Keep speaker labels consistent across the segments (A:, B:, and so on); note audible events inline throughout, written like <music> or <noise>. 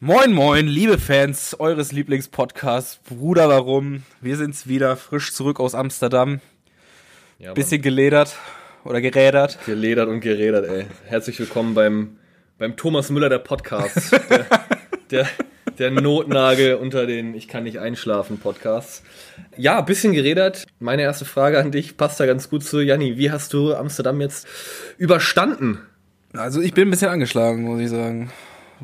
A: Moin, moin, liebe Fans eures Lieblingspodcasts, Bruder, warum? Wir sind's wieder, frisch zurück aus Amsterdam.
B: Ja, Mann.
A: Bisschen geledert oder gerädert.
B: geledert und geredert, ey. Herzlich willkommen beim, beim Thomas Müller der Podcast. der, der, der Notnagel unter den Ich kann nicht einschlafen Podcasts. Ja, bisschen geredert. Meine erste Frage an dich passt da ganz gut zu. Janni, wie hast du Amsterdam jetzt überstanden?
A: Also, ich bin ein bisschen angeschlagen, muss ich sagen.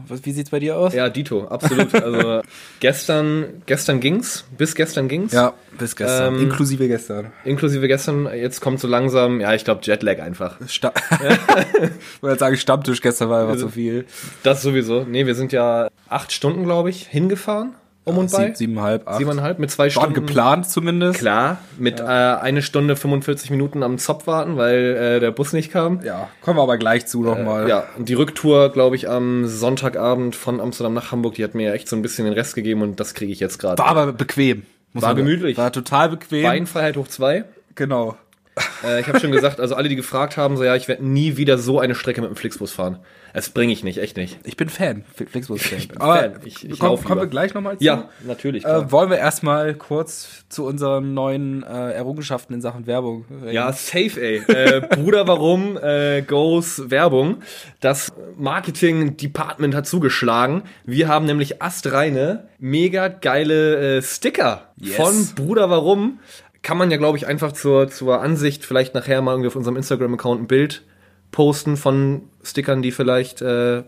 A: Was, wie sieht's bei dir aus?
B: Ja, Dito, absolut. Also gestern, gestern ging's. Bis gestern ging's.
A: bis
B: gestern.
A: Inklusive gestern.
B: Inklusive gestern, jetzt kommt so langsam, ja, ich glaube Jetlag einfach.
A: <laughs> Sta ich wollte sagen, Stammtisch gestern war einfach zu viel.
B: Das sowieso. Nee, wir sind ja acht Stunden, glaube ich, hingefahren. Um und bei.
A: Sieb, siebeneinhalb, acht.
B: Siebeneinhalb mit zwei
A: War
B: Stunden.
A: geplant zumindest.
B: Klar, mit äh, eine Stunde 45 Minuten am Zopf warten, weil äh, der Bus nicht kam.
A: Ja, kommen wir aber gleich zu nochmal.
B: Ja, und die Rücktour, glaube ich, am Sonntagabend von Amsterdam nach Hamburg, die hat mir ja echt so ein bisschen den Rest gegeben und das kriege ich jetzt gerade.
A: War aber bequem. muss
B: War
A: man-
B: gemütlich.
A: War total bequem.
B: Beinfreiheit hoch zwei.
A: Genau.
B: Äh, ich habe schon gesagt, also alle, die gefragt haben, so ja, ich werde nie wieder so eine Strecke mit dem Flixbus fahren. Das bringe ich nicht, echt nicht.
A: Ich bin Fan, Flixbus-Fan.
B: bin
A: Aber
B: Fan. Ich- ich
A: komm,
B: lauf
A: kommen wir
B: lieber.
A: gleich nochmal zu.
B: Ja, natürlich. Klar.
A: Äh, wollen wir erstmal kurz zu unseren neuen äh, Errungenschaften in Sachen Werbung reden?
B: Ja, safe, ey. Äh, Bruder, warum? Äh, goes Werbung. Das Marketing-Department hat zugeschlagen. Wir haben nämlich astreine, mega geile äh, Sticker
A: Yes.
B: von Bruder, warum? Kann man ja, glaube ich, einfach zur, zur Ansicht vielleicht nachher mal irgendwie auf unserem Instagram-Account ein Bild posten von Stickern, die vielleicht äh,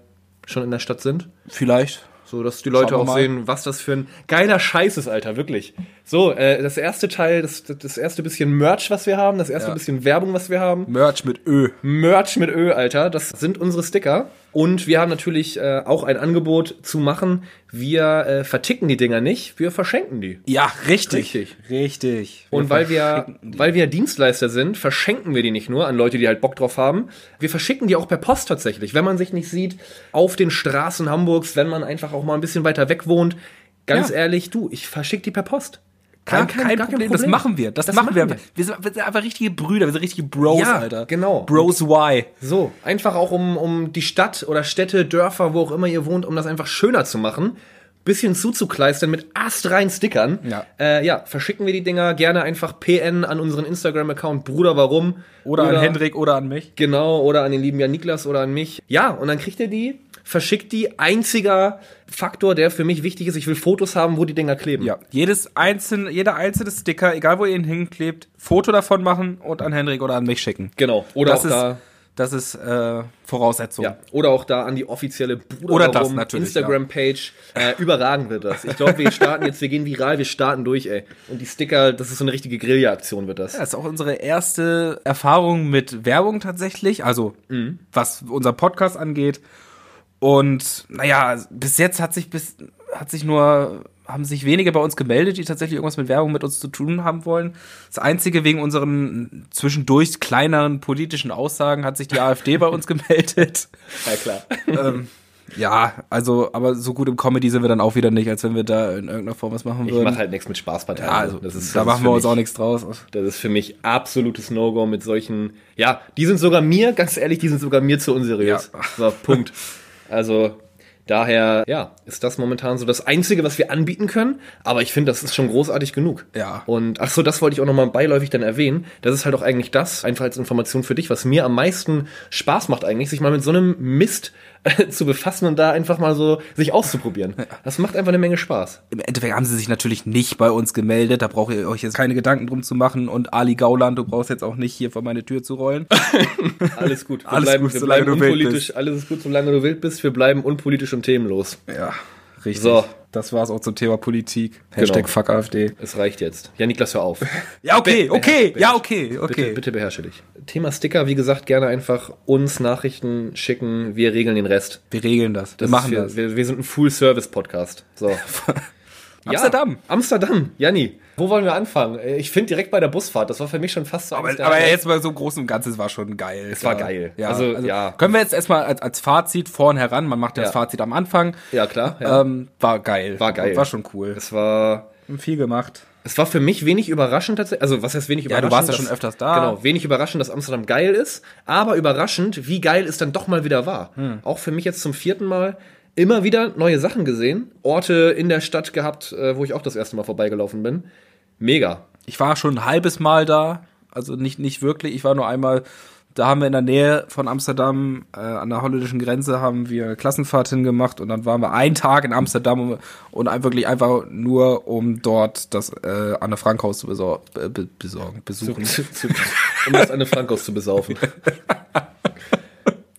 B: schon in der Stadt sind.
A: Vielleicht.
B: So, dass die Leute
A: Schauen wir
B: auch
A: mal.
B: sehen, was das für ein geiler Scheiß ist, Alter, wirklich. So, äh, das erste Teil, das, das erste bisschen Merch, was wir haben, das erste
A: Ja.
B: bisschen Werbung, was wir haben.
A: Merch mit Ö.
B: Merch mit Ö, Alter, das sind unsere Sticker. Und wir haben natürlich äh, auch ein Angebot zu machen. Wir äh, verticken die Dinger nicht, wir verschenken die.
A: Ja, richtig.
B: Richtig.
A: Richtig.
B: Und weil wir,
A: verschicken die.
B: weil wir Dienstleister sind, verschenken wir die nicht nur an Leute, die halt Bock drauf haben. Wir verschicken die auch per Post tatsächlich. Wenn man sich nicht sieht, auf den Straßen Hamburgs, wenn man einfach auch mal ein bisschen weiter weg wohnt. Ganz
A: Ja.
B: ehrlich, du, ich verschicke die per Post.
A: Gar kein, Problem. das machen wir. Das, machen wir. Wir, sind, wir sind einfach richtige Brüder, wir sind richtige Bros,
B: Ja,
A: Alter.
B: genau.
A: Bros Y.
B: So, einfach auch um, um die Stadt oder Städte, Dörfer, wo auch immer ihr wohnt, um das einfach schöner zu machen. Bisschen zuzukleistern mit astrein Stickern.
A: Ja.
B: Äh, ja, verschicken wir die Dinger gerne einfach PN an unseren Instagram-Account Bruder Warum.
A: Oder, an Hendrik oder an mich.
B: Genau, oder an den lieben Jan Niklas oder an mich. Ja, und dann kriegt er die, verschickt die. Einziger Faktor, der für mich wichtig ist, ich will Fotos haben, wo die Dinger kleben.
A: Ja. Jedes einzelne, jeder einzelne Sticker, egal wo ihr ihn hinklebt, Foto davon machen und an Hendrik oder an mich schicken.
B: Genau. Oder
A: das
B: auch
A: ist,
B: da.
A: das ist äh, Voraussetzung.
B: Ja, oder auch da an die offizielle Bruder
A: Oder das
B: Warum
A: natürlich,
B: Instagram-Page. Äh, überragend wird das. Ich glaube, wir starten jetzt, wir gehen viral, wir starten durch, ey. Und die Sticker, das ist so eine richtige Guerilla-Aktion wird das.
A: Das ist auch unsere erste Erfahrung mit Werbung tatsächlich, also was unser Podcast angeht. Und naja, bis jetzt hat sich bis hat sich nur haben sich wenige bei uns gemeldet, die tatsächlich irgendwas mit Werbung mit uns zu tun haben wollen. Das einzige wegen unseren zwischendurch kleineren politischen Aussagen hat sich die AfD bei uns <laughs> gemeldet.
B: Ja, klar.
A: ähm, ja, also aber so gut im Comedy sind wir dann auch wieder nicht, als wenn wir da in irgendeiner Form was machen
B: Ich
A: würden.
B: mache halt nichts mit Spaßparteien.
A: ja, also,
B: das ist,
A: da
B: das ist
A: machen wir
B: für
A: uns
B: mich-
A: auch nichts draus.
B: Das ist für mich absolutes No-Go mit solchen. Ja, die sind sogar mir, ganz ehrlich, die sind sogar mir zu unseriös.
A: Ja.
B: So,
A: <laughs>
B: Punkt. Also, daher, ja, ist das momentan so das Einzige, was wir anbieten können. Aber ich finde, das ist schon großartig genug.
A: Ja.
B: Und ach so, das wollte ich auch nochmal beiläufig dann erwähnen. Das ist halt auch eigentlich das, einfach als Information für dich, was mir am meisten Spaß macht eigentlich, sich mal mit so einem Mist <laughs> zu befassen und da einfach mal so sich auszuprobieren. Das macht einfach eine Menge Spaß.
A: Im Endeffekt haben sie sich natürlich nicht bei uns gemeldet. Da braucht ihr euch jetzt keine Gedanken drum zu machen. Und Ali Gauland, du brauchst jetzt auch nicht hier vor meine Tür zu
B: <laughs>
A: rollen.
B: Alles gut. Wir
A: Alles
B: bleiben,
A: gut,
B: wir
A: solange
B: bleiben
A: du wild
B: unpolitisch. Alles ist gut, solange du wild bist. Wir bleiben unpolitisch und themenlos.
A: Ja, richtig.
B: So. Genau.
A: Das war's auch zum Thema Politik. Hashtag fuck AfD.
B: Es reicht jetzt. Ja, Niklas, hör auf.
A: Ja, <laughs> okay,
B: Be-
A: okay,
B: beherrscht,
A: ja, okay,
B: Bitte,
A: okay.
B: bitte beherrsche dich. Thema Sticker, wie gesagt, gerne einfach uns Nachrichten schicken. Wir regeln den Rest.
A: Wir regeln das. Wir
B: Das
A: machen
B: ist, wir,
A: das.
B: Wir, wir sind ein Full-Service-Podcast.
A: <laughs>
B: So. Ja,
A: Amsterdam.
B: Amsterdam, Janni. Wo wollen wir anfangen? Äh, Ich finde direkt bei der Busfahrt, das war für mich schon fast so
A: Aber,
B: Amsterdam.
A: aber jetzt mal so im Großen und Ganzen, es war schon geil. Es
B: war geil.
A: Ja, also,
B: Also, ja.
A: Können wir jetzt erstmal als, als Fazit vorn heran, man macht ja das
B: Ja.
A: Fazit am Anfang.
B: Ja, klar. Ja.
A: Ähm, war geil.
B: War geil.
A: War schon cool.
B: es war
A: Viel gemacht.
B: Es war für mich wenig überraschend tatsächlich. Also, was heißt wenig
A: du
B: überraschend?
A: warst ja
B: dass-
A: schon öfters da.
B: Genau, wenig überraschend, dass Amsterdam
A: Hm.
B: geil ist, aber überraschend, wie geil es dann doch mal wieder war. Auch für mich jetzt zum vierten Mal. immer wieder neue Sachen gesehen, Orte in der Stadt gehabt, äh, wo ich auch das erste Mal vorbeigelaufen bin. Mega.
A: Ich war schon ein halbes Mal da, also nicht, nicht wirklich. Ich war nur einmal, da haben wir in der Nähe von Amsterdam, äh, an der holländischen Grenze, haben wir eine Klassenfahrt hingemacht und dann waren wir einen Tag in Amsterdam und, und ein- wirklich einfach nur, um dort das äh, Anne Frank Haus zu besor äh, be- besorgen,
B: Zu,
A: besuchen.
B: zu, zu, um das Anne Frankhaus
A: <laughs>
B: zu besaufen.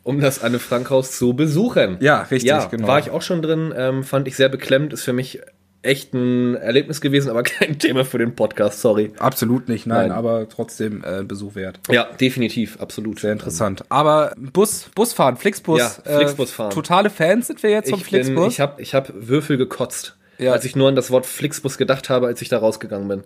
B: Um das Anne Frankhaus zu besuchen.
A: Ja, richtig,
B: ja,
A: genau.
B: War ich auch schon drin, ähm, fand ich sehr beklemmt, ist für mich echt ein Erlebnis gewesen, aber <laughs> kein Thema für den Podcast, sorry.
A: Absolut nicht, nein,
B: Nein.
A: aber trotzdem äh, Besuch wert.
B: Ja, definitiv, absolut.
A: Sehr interessant. Aber Bus, Busfahren, Flixbus.
B: Ja, Flixbus fahren.
A: Äh, totale Fans sind wir jetzt vom
B: Ich, bin,
A: Flixbus.
B: ich habe ich hab Würfel gekotzt,
A: Ja.
B: als ich nur an das Wort Flixbus gedacht habe, als ich da rausgegangen <laughs> bin.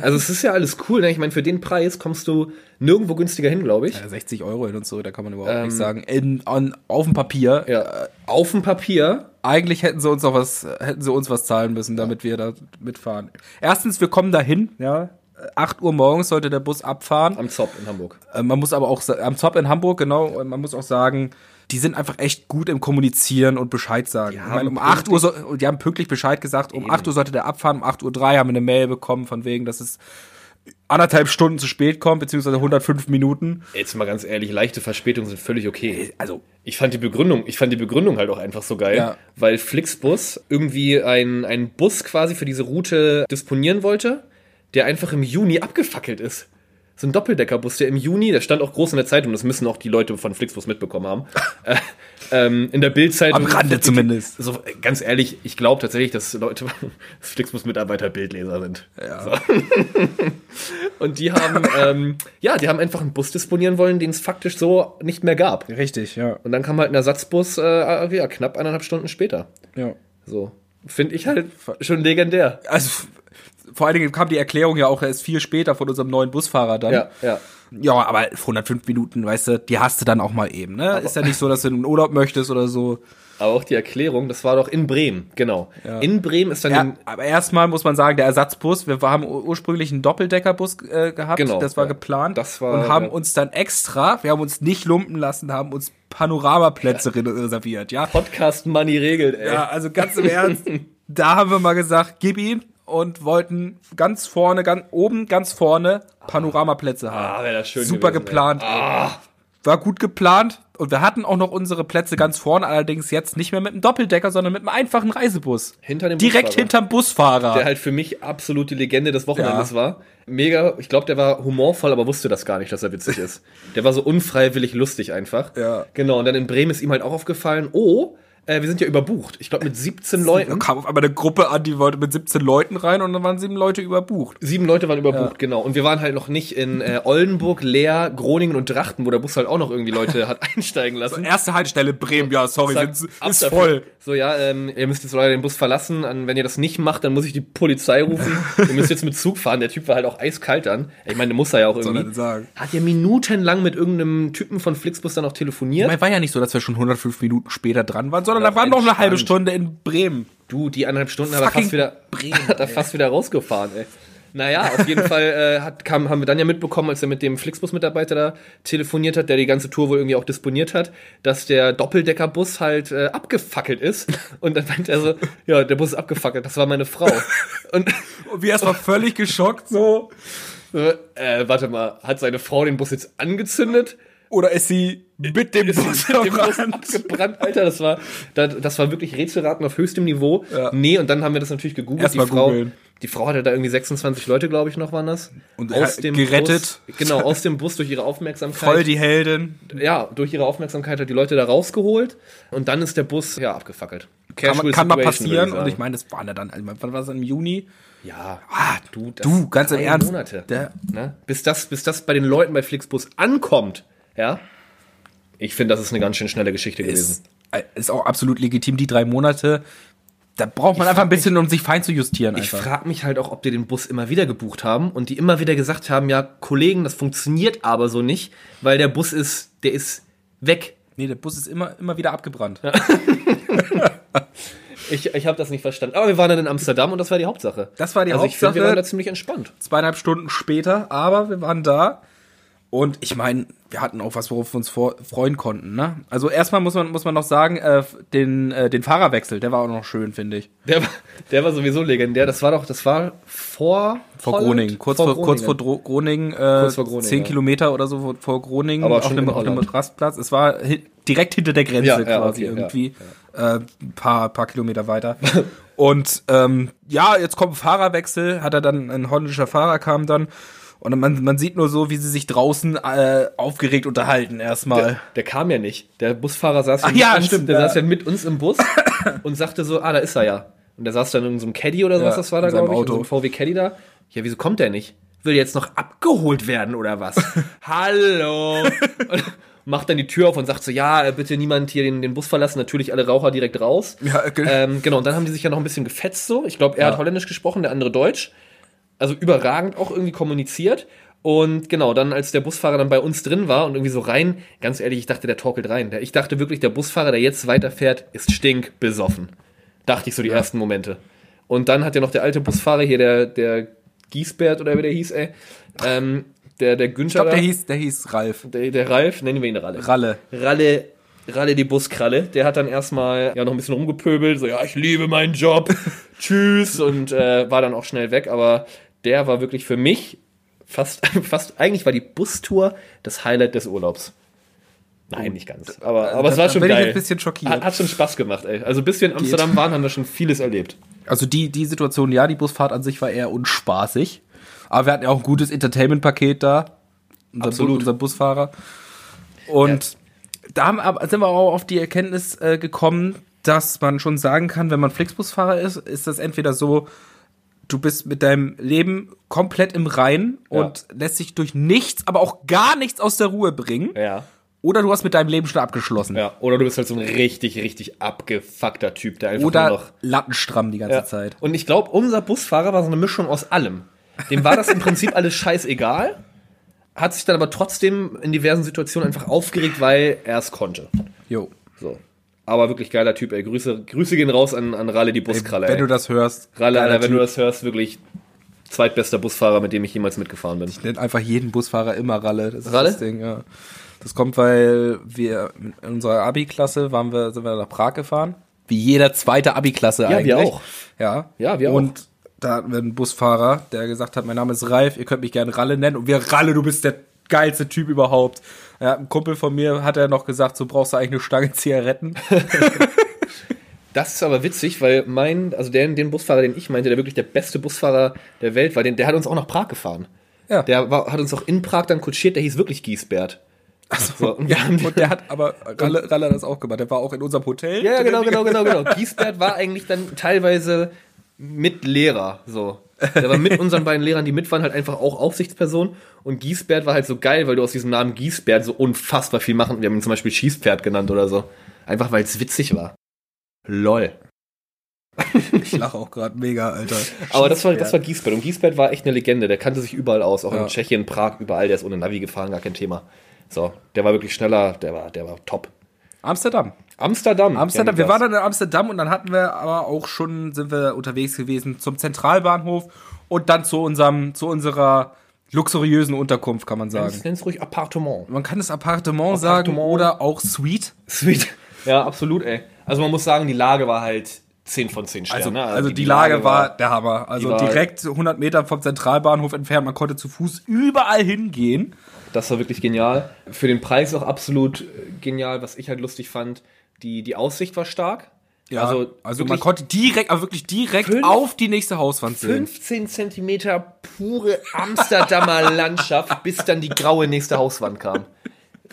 B: Also es ist ja alles cool, ne? ich meine, für den Preis kommst du nirgendwo günstiger hin, glaube ich.
A: Ja, 60 Euro hin und so, da kann man überhaupt nichts sagen. In, on, auf dem Papier.
B: Ähm, Ja. Auf dem Papier,
A: Eigentlich hätten sie uns noch was, hätten sie uns was zahlen müssen, damit wir da mitfahren. Erstens, wir kommen dahin, ja. 8 Uhr morgens sollte der Bus abfahren.
B: am Zopp in Hamburg.
A: Äh, Man muss aber auch sa- am Top in Hamburg, genau, und man muss auch sagen, die sind einfach echt gut im Kommunizieren und Bescheid sagen. Ich meine, um 8 Uhr, so, und die haben pünktlich Bescheid gesagt, um 8 Uhr sollte der abfahren, um 8 Uhr drei haben wir eine Mail bekommen von wegen, dass es anderthalb Stunden zu spät kommt, beziehungsweise 105 Minuten.
B: Jetzt mal ganz ehrlich, leichte Verspätungen sind völlig okay.
A: Also,
B: Ich fand die Begründung, ich fand die Begründung halt auch einfach so geil,
A: Ja.
B: weil Flixbus irgendwie ein- einen Bus quasi für diese Route disponieren wollte, der einfach im Juni abgefackelt ist. So ein Doppeldeckerbus, der im Juni, der stand auch groß in der Zeitung, das müssen auch die Leute von Flixbus
A: <laughs>
B: mitbekommen haben. äh, ähm, in der Bildzeitung.
A: Am Rande zumindest.
B: So, äh, ganz ehrlich, ich glaube tatsächlich, dass Leute, <laughs> dass Flixbus-Mitarbeiter Bildleser sind. <laughs> Und die haben,
A: <laughs>
B: ähm, ja, die haben einfach einen Bus disponieren wollen, den es faktisch so nicht mehr gab.
A: richtig, ja.
B: Und dann kam halt ein Ersatzbus, äh, ja, knapp eineinhalb Stunden später.
A: ja.
B: So. Finde ich halt schon legendär.
A: Also, f- vor allen Dingen kam die Erklärung ja auch erst viel später von unserem neuen Busfahrer dann.
B: Ja, ja.
A: Ja, aber 105 Minuten, weißt du, die hast du dann auch mal eben, ne? Ist ja nicht so, dass du in den Urlaub möchtest oder so.
B: Aber auch die Erklärung, das war doch in Bremen, genau. In Bremen ist dann
A: Ja,
B: den-
A: Ähm, aber erstmal muss man sagen, der Ersatzbus, wir haben ur- ursprünglich einen Doppeldeckerbus äh, gehabt,
B: Genau,
A: das war
B: ja.
A: geplant
B: Das war-
A: und haben
B: ja.
A: uns dann extra, wir haben uns nicht lumpen lassen, haben uns Panoramaplätze re- reserviert, ja?
B: Podcast Money regelt, ey.
A: Ja, also ganz im
B: <laughs>
A: Ernst, da haben wir mal gesagt, gib ihm und wollten ganz vorne, ganz oben, ganz vorne Panoramaplätze haben.
B: Ah, wär das schön
A: Super
B: gewesen, ey. Ah.
A: geplant. ey. War gut geplant und wir hatten auch noch unsere Plätze ganz vorne, allerdings jetzt nicht mehr mit einem Doppeldecker, sondern mit einem einfachen Reisebus.
B: Hinter dem
A: Direkt
B: Busfahrer.
A: hinterm Busfahrer.
B: Der halt für mich absolut die Legende des Wochenendes
A: Ja.
B: war. Mega, ich glaube, der war humorvoll, aber wusste das gar nicht, dass er witzig
A: <laughs>
B: ist. Der war so unfreiwillig lustig einfach.
A: Ja.
B: Genau, und dann in Bremen ist ihm halt auch aufgefallen, oh, äh, wir sind ja überbucht. Ich glaube, mit 17
A: Da
B: Leuten.
A: kam auf einmal eine Gruppe an, die wollte mit 17 Leuten rein und dann waren sieben Leute überbucht.
B: Sieben Leute waren überbucht, genau. Und wir waren halt noch nicht in äh, Oldenburg, Leer, Groningen und Drachten, wo der Bus halt auch noch irgendwie Leute hat <laughs> einsteigen
A: <laughs>
B: lassen.
A: Erste Haltestelle Bremen, ja, sorry,
B: Zack,
A: sind,
B: ab
A: ist
B: dafür.
A: voll.
B: So, ja, ähm, ihr müsst jetzt leider den Bus verlassen. An, wenn ihr das nicht macht, dann muss ich die Polizei rufen. ihr müsst jetzt mit Zug fahren. Der Typ war halt auch eiskalt dann. Ich meine, muss er ja auch
A: soll er
B: irgendwie.
A: denn sagen?
B: Hat ja minutenlang mit irgendeinem Typen von Flixbus dann auch telefoniert.
A: Ich meine, war ja nicht so, dass wir schon 105 Minuten später dran waren, sondern da
B: Doch,
A: waren noch eine
B: entspannt.
A: halbe Stunde in Bremen.
B: Du, die anderthalb Stunden hat er
A: Fucking
B: fast wieder, hat er fast wieder rausgefahren, ey. Naja, auf jeden Fall äh, hat, kam, haben wir dann ja mitbekommen, als er mit dem Flixbus-Mitarbeiter da telefoniert hat, der die ganze Tour wohl irgendwie auch disponiert hat, dass der Doppeldeckerbus halt äh, abgefackelt ist. Und dann meint er so, ja, der Bus ist abgefackelt, das war meine Frau. Und
A: <laughs>
B: <laughs>
A: Und wir erstmal völlig geschockt so.
B: äh, äh, warte mal, hat seine Frau den Bus jetzt angezündet?
A: Oder ist sie mit dem Bus
B: mit dem Bus
A: verbrannt?
B: abgebrannt, Alter. Das war, das, das war wirklich Rätselraten auf höchstem Niveau.
A: Ja.
B: Nee, und dann haben wir das natürlich gegoogelt.
A: Erst mal
B: die, Frau,
A: googeln.
B: die Frau hatte da irgendwie 26 Leute, glaube ich, noch waren das.
A: Und hat gerettet.
B: Bus, genau, aus dem Bus durch ihre Aufmerksamkeit.
A: <laughs> Voll die Heldin.
B: ja, durch ihre Aufmerksamkeit hat die Leute da rausgeholt. Und dann ist der Bus, ja, abgefackelt.
A: Kann, man-
B: Casual
A: kann mal
B: Situation,
A: passieren.
B: würde
A: Und ich
B: sagen.
A: meine, das waren ja dann, also, wann war das im Juni?
B: Ja.
A: Ah,
B: Du, das
A: du, ganz im
B: drei
A: Ernst.
B: Monate.
A: Der,
B: Ne? Bis, das, bis das bei den Leuten bei Flixbus ankommt, ja. Ich finde, das ist eine ganz schön schnelle Geschichte gewesen.
A: ist, äh, ist auch absolut legitim, die drei Monate. Da braucht man einfach ein bisschen, um sich fein zu justieren.
B: Ich
A: Einfach.
B: frage mich halt auch, ob die den Bus immer wieder gebucht haben und die immer wieder gesagt haben, ja, Kollegen, das funktioniert aber so nicht, weil der Bus ist, der ist weg.
A: nee, der Bus ist immer, immer wieder abgebrannt.
B: Ich, ich habe das nicht verstanden. Aber wir waren dann in Amsterdam und das war die Hauptsache.
A: Das war die
B: also Ich find, wir
A: Hauptsache.
B: waren da ziemlich entspannt.
A: Zweieinhalb Stunden später, aber wir waren da Und ich meine, wir hatten auch was, worauf wir uns vor, freuen konnten. Ne? Also erstmal muss man, muss man noch sagen, äh, den, äh, den Fahrerwechsel, der war auch noch schön, finde ich.
B: Der war, der war sowieso legendär. Das war doch, das war vor,
A: Vor
B: Holland?
A: Groningen, kurz vor, kurz vor Dro Groningen, äh,
B: Kurz vor Groningen,
A: zehn
B: ja.
A: Kilometer oder so vor- vor Groningen,
B: Aber
A: auf,
B: schon
A: einem,
B: in
A: auf einem
B: Holland.
A: Rastplatz. Es war hi direkt hinter der Grenze
B: Ja, ja,
A: quasi
B: okay, ja,
A: irgendwie, Äh, ein paar, paar Kilometer
B: <laughs>
A: weiter. und ähm, ja, jetzt kommt Fahrerwechsel, hat er dann, ein holländischer Fahrer kam dann. Und man, man sieht nur so, wie sie sich draußen äh, aufgeregt unterhalten erstmal.
B: Der, der kam ja nicht. Der Busfahrer saß ja,
A: Ach
B: mit
A: ja,
B: uns,
A: stimmt,
B: der
A: ja.
B: saß ja mit uns im
A: <coughs>
B: Bus und sagte so, ah, da ist er ja. Und der saß dann in so einem Caddy oder was
A: Ja,
B: das war da,
A: in seinem
B: glaube ich, in so
A: Auto.
B: einem VW Caddy da. Ja, wieso kommt der nicht? Will jetzt noch abgeholt werden
A: <laughs>
B: oder was? Hallo! Und macht dann die Tür auf und sagt so, ja, äh, bitte niemand hier den, den Bus verlassen, natürlich alle Raucher direkt raus.
A: Ja, okay.
B: ähm, genau, und dann haben die sich ja noch ein bisschen gefetzt so. Ich glaube, er hat Holländisch gesprochen, der andere Deutsch also überragend auch irgendwie kommuniziert. Und genau, dann als der Busfahrer dann bei uns drin war und irgendwie so rein, ganz ehrlich, ich dachte, der torkelt rein. Der- Ich dachte wirklich, der Busfahrer, der jetzt weiterfährt, ist stinkbesoffen. Dachte ich so die ersten Momente. Und dann hat ja noch der alte Busfahrer hier, der, der Giesbert oder wie der hieß, ey, ähm, der, der Günther,
A: Ich glaube, der
B: da,
A: hieß, der hieß Ralf.
B: der, der Ralf, nennen wir ihn Ralle.
A: Ralle.
B: Ralle, Ralle die Buskralle, der hat dann erstmal ja noch ein bisschen rumgepöbelt, so ja, ich liebe meinen Job,
A: <laughs>
B: tschüss und äh, war dann auch schnell weg, aber der war wirklich für mich fast, <laughs> fast eigentlich war die Bustour das Highlight des Urlaubs. Nein, nicht ganz, aber, aber es
A: da-
B: war
A: da
B: schon
A: bin ich
B: geil.
A: ein bisschen schockiert.
B: Hat, hat schon Spaß gemacht, ey. Also bis wir in Amsterdam waren, haben wir schon vieles erlebt.
A: Also die, die Situation, ja, die Busfahrt an sich war eher unspaßig. Aber wir hatten ja auch ein gutes Entertainment-Paket da. Unser
B: Absolut.
A: Bu unser Busfahrer. Und da haben, aber- sind wir auch auf die Erkenntnis äh, gekommen, dass man schon sagen kann, wenn man Flixbusfahrer ist, ist das entweder so, du bist mit deinem Leben komplett im Reinen
B: Ja.
A: und lässt dich durch nichts, aber auch gar nichts aus der Ruhe bringen.
B: Ja.
A: Oder du hast mit deinem Leben schon abgeschlossen.
B: Ja, oder du bist halt so ein richtig, richtig abgefuckter Typ, der einfach nur noch
A: Oder Lattenstramm die ganze
B: Ja.
A: Zeit.
B: Und ich glaube, unser Busfahrer war so eine Mischung aus allem. Dem war das im Prinzip alles scheißegal, hat sich dann aber trotzdem in diversen Situationen einfach aufgeregt, weil er es konnte.
A: Jo.
B: So. Aber wirklich geiler Typ, ey. Grüße, Grüße gehen raus an, an Ralle, die Buskralle.
A: Wenn
B: ey.
A: du das hörst.
B: Ralle,
A: geiler
B: Alter, wenn
A: Typ.
B: du das hörst, wirklich zweitbester Busfahrer, mit dem ich jemals mitgefahren bin.
A: nennt einfach jeden Busfahrer immer Ralle. Das ist
B: Ralle?
A: das Ding, ja. Das kommt, weil wir in unserer Abi-Klasse waren wir, sind wir nach Prag gefahren. Wie jeder zweite Abi-Klasse
B: Ja,
A: eigentlich.
B: wir auch.
A: Ja.
B: Ja, wir auch.
A: Und da hatten wir einen Busfahrer, der gesagt hat, mein Name ist Ralf, ihr könnt mich gerne Ralle nennen. Und wir, Ralle, du bist der geilste Typ überhaupt. Ja, ein Kumpel von mir hat er noch gesagt, so brauchst du eigentlich eine Stange <laughs> Zigaretten.
B: Das ist aber witzig, weil mein, also der, den Busfahrer, den ich meinte, der wirklich der beste Busfahrer der Welt war, den, der hat uns auch nach Prag gefahren.
A: Ja.
B: Der war, hat uns auch in Prag dann kutschiert, der hieß wirklich Giesbert. So, und wir haben den-
A: Und der hat aber Ralle, Ralle hat das auch gemacht. Der war auch in unserem Hotel.
B: Ja, ja, genau, genau, genau, genau.
A: <laughs>
B: Giesbert war eigentlich dann teilweise mit Lehrer, so. Der war mit unseren beiden Lehrern, die mit waren, halt einfach auch Aufsichtsperson. Und Giesbert war halt so geil, weil du aus diesem Namen Giesbert so unfassbar viel machen. Wir haben ihn zum Beispiel Schießpferd genannt oder so. Einfach weil es witzig war. Lol.
A: Ich lache auch gerade mega, Alter.
B: Aber das war, das war Giesbert. Und Giesbert war echt eine Legende. Der kannte sich überall aus. Auch
A: Ja.
B: in Tschechien, Prag, überall. Der ist ohne Navi gefahren, gar kein Thema. So, der war wirklich schneller. Der war, der war top.
A: Amsterdam.
B: Amsterdam.
A: Amsterdam, wir
B: Janik,
A: waren dann in Amsterdam und dann hatten wir aber auch schon, sind wir unterwegs gewesen zum Zentralbahnhof und dann zu unserem, zu unserer luxuriösen Unterkunft, kann man sagen.
B: das. Nenn's ruhig Appartement.
A: Man kann es Appartement, sagen
B: Appartement.
A: oder auch Suite.
B: Sweet. Ja, absolut, ey. Also man muss sagen, die Lage war halt 10 von 10 Sternen.
A: Also,
B: ne?
A: also die, Lage war der Hammer. Also
B: war-
A: direkt 100 Meter vom Zentralbahnhof entfernt. Man konnte zu Fuß überall hingehen.
B: Das war wirklich genial. Für den Preis auch absolut äh, genial. Was ich halt lustig fand, die, die Aussicht war stark.
A: also, also man
B: wirklich
A: konnte direkt, aber wirklich direkt
B: Fünf-
A: auf die nächste Hauswand sehen.
B: 15 Zentimeter pure
A: <laughs>
B: Amsterdamer Landschaft, bis dann die graue nächste Hauswand kam.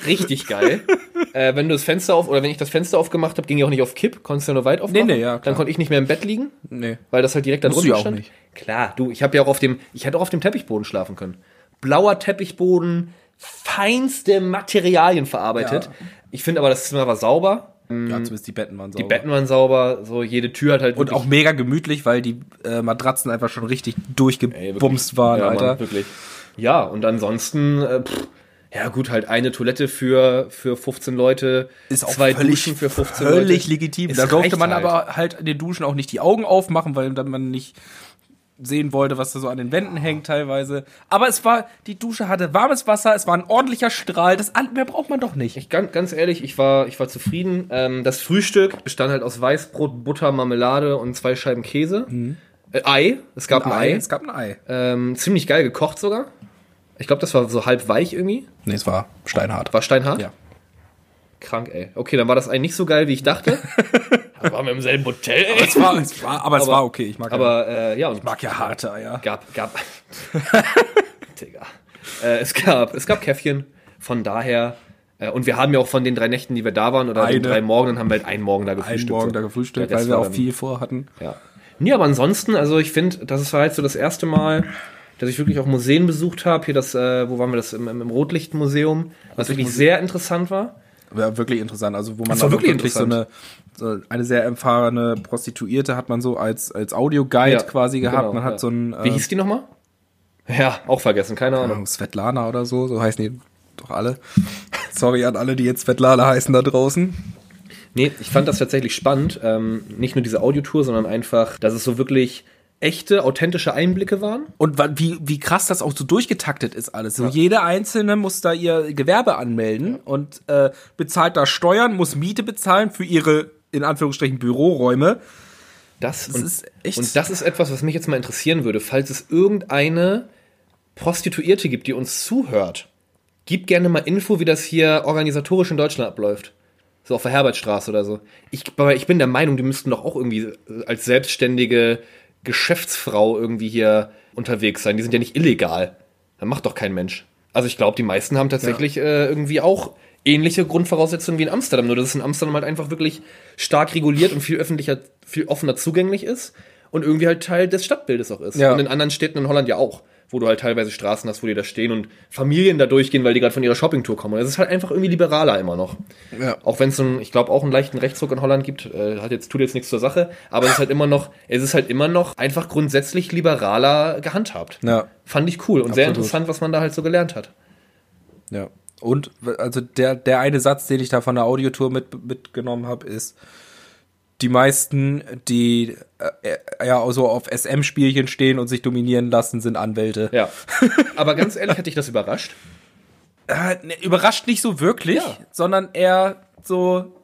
B: Richtig geil. Äh, wenn du das Fenster auf, oder wenn ich das Fenster aufgemacht habe, ging ich auch nicht auf Kipp, konntest du ja nur weit aufmachen.
A: Nee, nee, ja, klar.
B: Dann konnte ich nicht mehr im Bett liegen.
A: Nee.
B: Weil das halt direkt da
A: Musst du
B: drunter
A: ja auch
B: stand.
A: nicht.
B: Klar, du, ich habe ja auch auf dem, ich hätte auch auf dem Teppichboden schlafen können. Blauer Teppichboden, feinste Materialien verarbeitet.
A: Ja.
B: Ich finde aber, das Zimmer war sauber,
A: Ja, zumindest die Betten waren sauber.
B: Mhm. die Betten waren sauber, so jede Tür hat halt
A: Und auch mega gemütlich, weil die äh, Matratzen einfach schon richtig durchgebumst waren,
B: ja,
A: Alter.
B: Mann, wirklich. Ja, und ansonsten, äh, pff, ja gut, halt eine Toilette für, für 15 Leute,
A: Ist auch
B: zwei
A: völlig,
B: Duschen für 15 Leute.
A: völlig legitim.
B: Es
A: Da durfte
B: reicht
A: man
B: halt.
A: aber halt in den Duschen auch nicht die Augen aufmachen, weil dann man nicht sehen wollte, was da so an den Wänden hängt teilweise. Aber es war, die Dusche hatte warmes Wasser, es war ein ordentlicher Strahl, das an- mehr braucht man doch nicht.
B: Ich, ganz, ganz ehrlich, ich war, ich war zufrieden. Ähm, das Frühstück bestand halt aus Weißbrot, Butter, Marmelade und zwei Scheiben Käse. Äh, Ei, es gab ein, Ei.
A: Es gab ein Mhm. Ei.
B: Ähm, ziemlich geil gekocht sogar. Ich glaube, das war so halb weich irgendwie.
A: Nee, es war steinhart.
B: War steinhart?
A: Ja.
B: Krank, ey. Okay, dann war das Ei nicht so geil, wie ich dachte.
A: <laughs>
B: Dann waren wir im selben Hotel, ey.
A: Es war, es war, aber es war okay. Ich mag, ja,
B: Aber äh, ja, und
A: mag ja harte Eier.
B: gab, gab. <laughs> Digga. Äh, es gab, es gab Käffchen. Von daher. Äh, und wir haben ja auch von den drei Nächten, die wir da waren, oder den
A: Eine.
B: drei Morgen, dann haben wir halt einen Morgen da
A: Einen
B: gefrühstückt.
A: Morgen
B: so.
A: da gefrühstückt,
B: Der
A: weil
B: Rest
A: wir
B: war
A: auch
B: dann-
A: viel vor hatten.
B: Ja. Nee, aber ansonsten, also ich finde, das war halt so das erste Mal, dass ich wirklich auch Museen besucht habe. Hier das, äh, wo waren wir das? Im, im im Rotlichtmuseum, was wirklich sehr interessant war.
A: War wirklich interessant. Also, wo man
B: Das war
A: dann
B: wirklich
A: so eine, so eine sehr erfahrene Prostituierte hat man so als, als Audioguide
B: Ja,
A: quasi gehabt.
B: genau,
A: man hat
B: ja.
A: so äh, ähm, einen.
B: Wie hieß die nochmal? Ja, auch vergessen, keine
A: keine
B: Ahnung.
A: Ahnung, Svetlana oder so, so heißen die doch alle. <laughs> Sorry an alle, die jetzt Svetlana heißen da draußen.
B: Nee, ich fand das tatsächlich spannend. Ähm, nicht nur diese Audiotour, sondern einfach, dass es so wirklich echte, authentische Einblicke waren.
A: Und wa- wie, wie krass das auch so durchgetaktet ist alles. So jede Einzelne muss da ihr Gewerbe anmelden und äh, bezahlt da Steuern, muss Miete bezahlen für ihre, in Anführungsstrichen, Büroräume.
B: Das,
A: Das
B: und,
A: ist echt-
B: Und das ist etwas, was mich jetzt mal interessieren würde. Falls es irgendeine Prostituierte gibt, die uns zuhört, gib gerne mal Info, wie das hier organisatorisch in Deutschland abläuft. So auf der Herbertstraße oder so. Ich, aber ich bin der Meinung, die müssten doch auch irgendwie äh, als selbstständige Geschäftsfrau irgendwie hier unterwegs sein. Die sind ja nicht illegal. Das macht doch kein Mensch. Also ich glaube, die meisten haben tatsächlich äh, irgendwie auch ähnliche Grundvoraussetzungen wie in Amsterdam. Nur dass es in Amsterdam halt einfach wirklich stark reguliert und viel öffentlicher, viel offener zugänglich ist und irgendwie halt Teil des Stadtbildes auch ist.
A: Ja.
B: Und in anderen Städten in Holland ja auch, wo du halt teilweise Straßen hast, wo die da stehen und Familien da durchgehen, weil die gerade von ihrer Shoppingtour kommen. Und es ist halt einfach irgendwie liberaler immer noch.
A: Ja.
B: Auch wenn es, so ein- ich glaube, auch einen leichten Rechtsruck in Holland gibt, äh, hat jetzt, tut jetzt nichts zur Sache, aber es ist halt immer noch, es ist halt immer noch einfach grundsätzlich liberaler gehandhabt.
A: Ja.
B: Fand ich cool und sehr
A: Absolut.
B: interessant, was man da halt so gelernt hat.
A: Ja. Und w- also der, der eine Satz, den ich da von der Audiotour mit, mitgenommen habe, ist, die meisten, die äh, äh, ja so auf SM-Spielchen stehen und sich dominieren lassen, sind Anwälte. <laughs>
B: Ja. aber ganz ehrlich, hat dich das überrascht?
A: Äh, ne, überrascht nicht so wirklich,
B: Ja.
A: sondern eher so,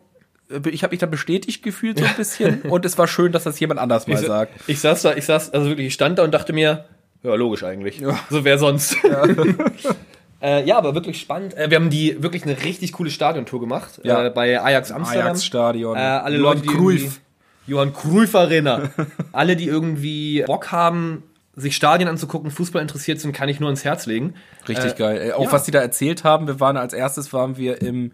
A: äh, ich habe mich da bestätigt gefühlt so ein
B: <laughs>
A: bisschen und es war schön, dass das jemand anders mal
B: ich,
A: sagt.
B: Ich saß da, ich saß, also wirklich, ich stand da und dachte mir, ja, logisch eigentlich. So wer sonst. Ja. <laughs> äh, ja, aber wirklich spannend. Äh, wir haben die wirklich eine richtig coole Stadiontour gemacht
A: Ja.
B: äh, bei Ajax Amsterdam.
A: Ajax-Stadion.
B: Äh, alle
A: Johan
B: Leute, die
A: Cruyff.
B: irgendwie- Johan Cruyff Arena. <laughs> alle, die irgendwie Bock haben, sich Stadien anzugucken, Fußball interessiert sind, kann ich nur ans Herz legen.
A: Richtig
B: Äh,
A: geil. Ey, Auch
B: ja.
A: was die da erzählt haben, wir waren als erstes waren wir im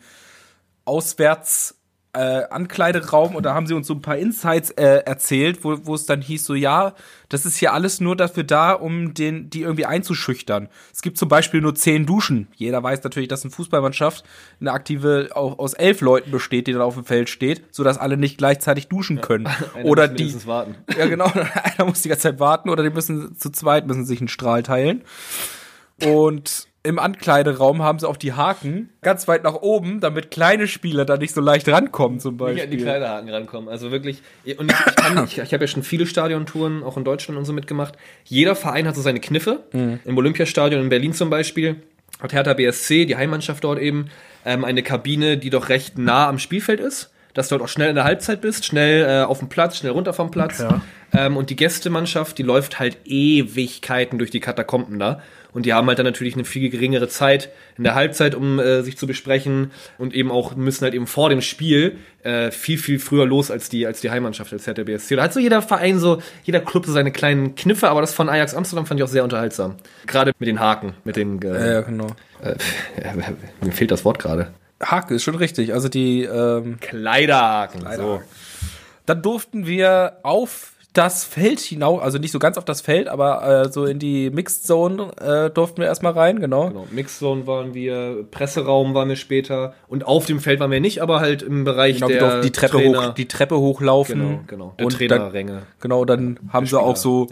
A: Auswärts äh, Ankleideraum und da haben sie uns so ein paar Insights äh, erzählt, wo, wo es dann hieß so, ja, das ist hier alles nur dafür da, um den, die irgendwie einzuschüchtern. Es gibt zum Beispiel nur zehn Duschen. Jeder weiß natürlich, dass eine Fußballmannschaft eine aktive auch aus elf Leuten besteht, die dann auf dem Feld steht, sodass alle nicht gleichzeitig duschen
B: <laughs>
A: können.
B: Einer
A: Oder
B: muss
A: die,
B: mindestens warten.
A: ja, genau. <laughs> Einer muss die ganze Zeit warten oder die müssen zu zweit müssen sich einen Strahl teilen. Und im Ankleideraum haben sie auch die Haken ganz weit nach oben, damit kleine Spieler da nicht so leicht rankommen zum
B: Nicht an die
A: Beispiel.
B: Kleiderhaken rankommen. Also wirklich. Und ich, ich, kann- ich, ich habe ja schon viele Stadiontouren auch in Deutschland und so mitgemacht. Jeder Verein hat so seine Kniffe.
A: Mhm.
B: Im Olympiastadion in Berlin zum Beispiel hat Hertha BSC, die Heimmannschaft dort eben, ähm, eine Kabine, die doch recht nah am Spielfeld ist. Dass du dort auch schnell in der Halbzeit bist, schnell äh, auf dem Platz, schnell runter vom Platz. Ähm, und die Gästemannschaft, die läuft halt Ewigkeiten durch die Katakomben da. Und die haben halt dann natürlich eine viel geringere Zeit in der Halbzeit, um äh, sich zu besprechen und eben auch müssen halt eben vor dem Spiel äh, viel, viel früher los als die, als die Heimmannschaft, als der BSC. Da hat so jeder Verein so, jeder Club so seine kleinen Kniffe, aber das von Ajax Amsterdam fand ich auch sehr unterhaltsam. Gerade mit den Haken, mit den, äh,
A: Ja, genau.
B: äh, <laughs> mir fehlt das Wort gerade.
A: Hake ist schon richtig. Also die, ähm,
B: Kleiderhaken. So.
A: Kleiderhaken. dann durften wir auf das Feld hinaus, also nicht so ganz auf das Feld, aber äh, so in die Mixed Zone äh, durften wir erstmal rein, genau.
B: Genau, Mixzone waren wir, Presseraum waren wir später und auf dem Feld waren wir nicht, aber halt im Bereich
A: Genau, wir
B: der
A: durften die Treppe
B: Trainer,
A: hoch, die Treppe hochlaufen.
B: genau, genau, der
A: Und dann,
B: Trainerränge.
A: Genau, dann haben sie auch so,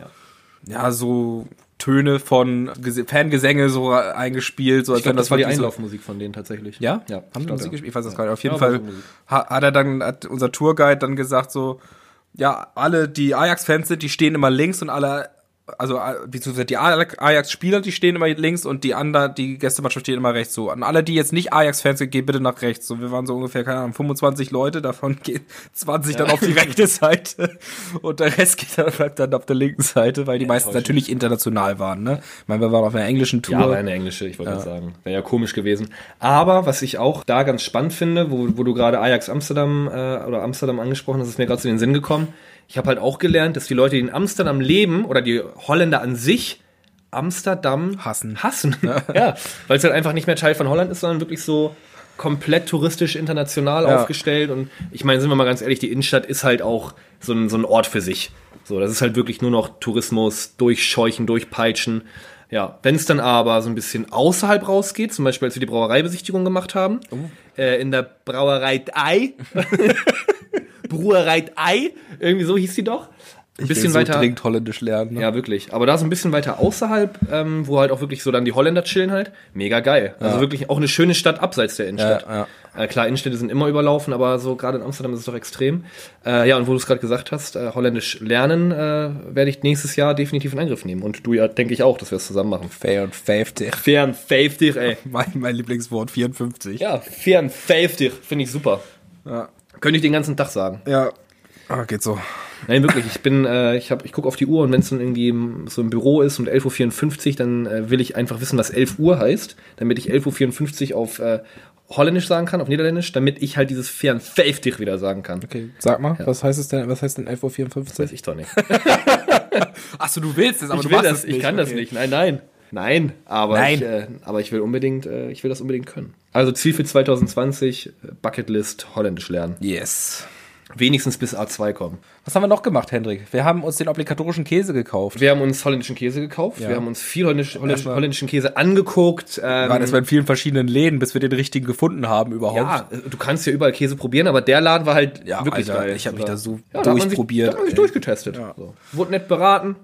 B: Ja.
A: ja, so Töne von Gese- Fangesänge so eingespielt. So, als
B: Ich glaube,
A: wenn
B: das, war die
A: wirklich so-
B: Einlaufmusik von denen tatsächlich.
A: Ja?
B: ja
A: Haben
B: ich
A: die Musik
B: glaub, ja.
A: gespielt? Ich weiß das gar nicht. Auf
B: Ja,
A: jeden
B: war
A: Fall
B: so Musik.
A: ha- hat er dann, hat unser Tourguide dann gesagt so, ja, alle, die Ajax-Fans sind, die stehen immer links und alle also äh, beziehungsweise die Ajax-Spieler, die stehen immer links und die anderen, die Gästemannschaft stehen immer rechts so. An alle, die jetzt nicht Ajax-Fans sind, geht bitte nach rechts. So, wir waren so ungefähr, keine Ahnung, 25 Leute, davon <laughs> gehen 20 dann auf die rechte Seite und der Rest geht dann, bleibt dann auf der linken Seite, weil die meisten
B: enttäuschend.
A: natürlich international waren, ne? Ich meine, wir waren auf einer englischen Tour.
B: Ja, war eine englische, ich wollte gerade sagen. Wäre ja komisch gewesen. Aber was ich auch da ganz spannend finde, wo, wo du gerade Ajax Amsterdam äh, oder Amsterdam angesprochen hast, ist mir gerade zu den Sinn gekommen. Ich habe halt auch gelernt, dass die Leute, die in Amsterdam leben oder die Holländer an sich, Amsterdam
A: Hassen. <laughs>
B: Hassen. ja, weil es halt einfach nicht mehr Teil von Holland ist, sondern wirklich so komplett touristisch international
A: Ja.
B: aufgestellt. Und ich meine, sind wir mal ganz ehrlich, die Innenstadt ist halt auch so ein, so ein Ort für sich. So, das ist halt wirklich nur noch Tourismus, durchscheuchen, durchpeitschen. Ja, wenn es dann aber so ein bisschen außerhalb rausgeht, zum Beispiel als wir die Brauereibesichtigung gemacht haben,
A: Oh.
B: äh, in der Brauerei Ei, <laughs> Brauerei Ei, irgendwie so hieß die doch. Ein
A: Ich will
B: bisschen weiter.
A: So dringend holländisch lernen. Ne?
B: Ja, wirklich. Aber da so ein bisschen weiter außerhalb, ähm, wo halt auch wirklich so dann die Holländer chillen halt, mega geil. Also wirklich auch eine schöne Stadt abseits der Innenstadt.
A: Ja,
B: Äh, klar, Innenstädte sind immer überlaufen, aber so gerade in Amsterdam ist es doch extrem. Äh, ja, und wo du es gerade gesagt hast, äh, Holländisch lernen äh, werde ich nächstes Jahr definitiv in Angriff nehmen. Und du ja, denke ich auch, dass wir es zusammen machen.
A: Fair und 50.
B: Fern 50, ey.
A: <laughs> Mein, mein Lieblingswort 54.
B: Ja, fern 50, finde ich super.
A: Ja.
B: Könnte ich den ganzen Tag sagen.
A: ja. Ah, geht so.
B: Nein, wirklich, ich bin, äh, ich, hab- ich gucke auf die Uhr und wenn es dann irgendwie im- so im Büro ist um 11.54 Uhr, dann äh, will ich einfach wissen, was 11 Uhr heißt, damit ich 11.54 Uhr auf äh, Holländisch sagen kann, auf Niederländisch, damit ich halt dieses fern 50 wieder sagen kann.
A: Okay, sag mal, was heißt es denn? Was heißt denn 11.54
B: Weiß ich <laughs> doch nicht.
A: Achso, du willst es, aber
B: ich
A: du
B: will
A: machst
B: das,
A: es
B: ich kann das
A: okay.
B: nicht. Nein, nein. Nein, aber,
A: Nein.
B: Ich, äh, aber ich will unbedingt, äh, ich will das unbedingt können. Also Ziel für 2020, äh, Bucketlist Holländisch lernen.
A: Yes.
B: Wenigstens bis A2 kommen.
A: Was haben wir noch gemacht, Hendrik? Wir haben uns den obligatorischen Käse gekauft.
B: Wir haben uns holländischen Käse gekauft,
A: Ja.
B: wir haben uns viel holländisch, holländisch,
A: Erstmal-
B: holländischen Käse angeguckt.
A: Wir
B: Ähm,
A: waren erstmal in vielen verschiedenen Läden, bis wir den richtigen gefunden haben überhaupt.
B: Ja, äh, du kannst ja überall Käse probieren, aber der Laden war halt
A: Ja,
B: wirklich
A: Alter,
B: geil.
A: ich hab mich da so
B: hat man sich-
A: durchprobiert,
B: Da hat man sich
A: ey.
B: durchgetestet. So. Wurde nett beraten.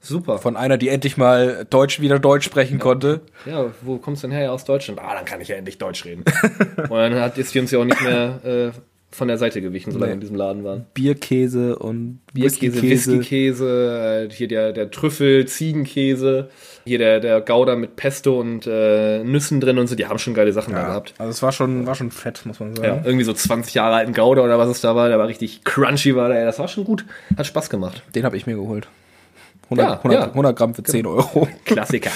B: Super.
A: Von einer, die endlich mal Deutsch wieder Deutsch sprechen konnte.
B: ja, wo kommst du denn her? Ja, aus Deutschland. Ah, dann kann ich ja endlich Deutsch reden. <laughs> Und dann hat jetzt die uns ja auch nicht mehr äh, von der Seite gewichen, solange
A: Nee.
B: wir in diesem Laden waren.
A: Bierkäse und
B: Bierkäse, Whiskykäse, äh, hier der, der Trüffel, Ziegenkäse, hier der, der Gouda mit Pesto und äh, Nüssen drin und so. Die haben schon geile Sachen da
A: Ja,
B: gehabt.
A: also es war schon, war schon fett, muss man
B: Ja,
A: sagen.
B: irgendwie so 20 Jahre alten Gouda oder was es da war, der war richtig crunchy, war der, das war schon gut, hat Spaß gemacht.
A: Den habe ich mir geholt. 100,
B: Ja,
A: 100,
B: ja.
A: 100 Gramm für 10 Euro.
B: Klassiker.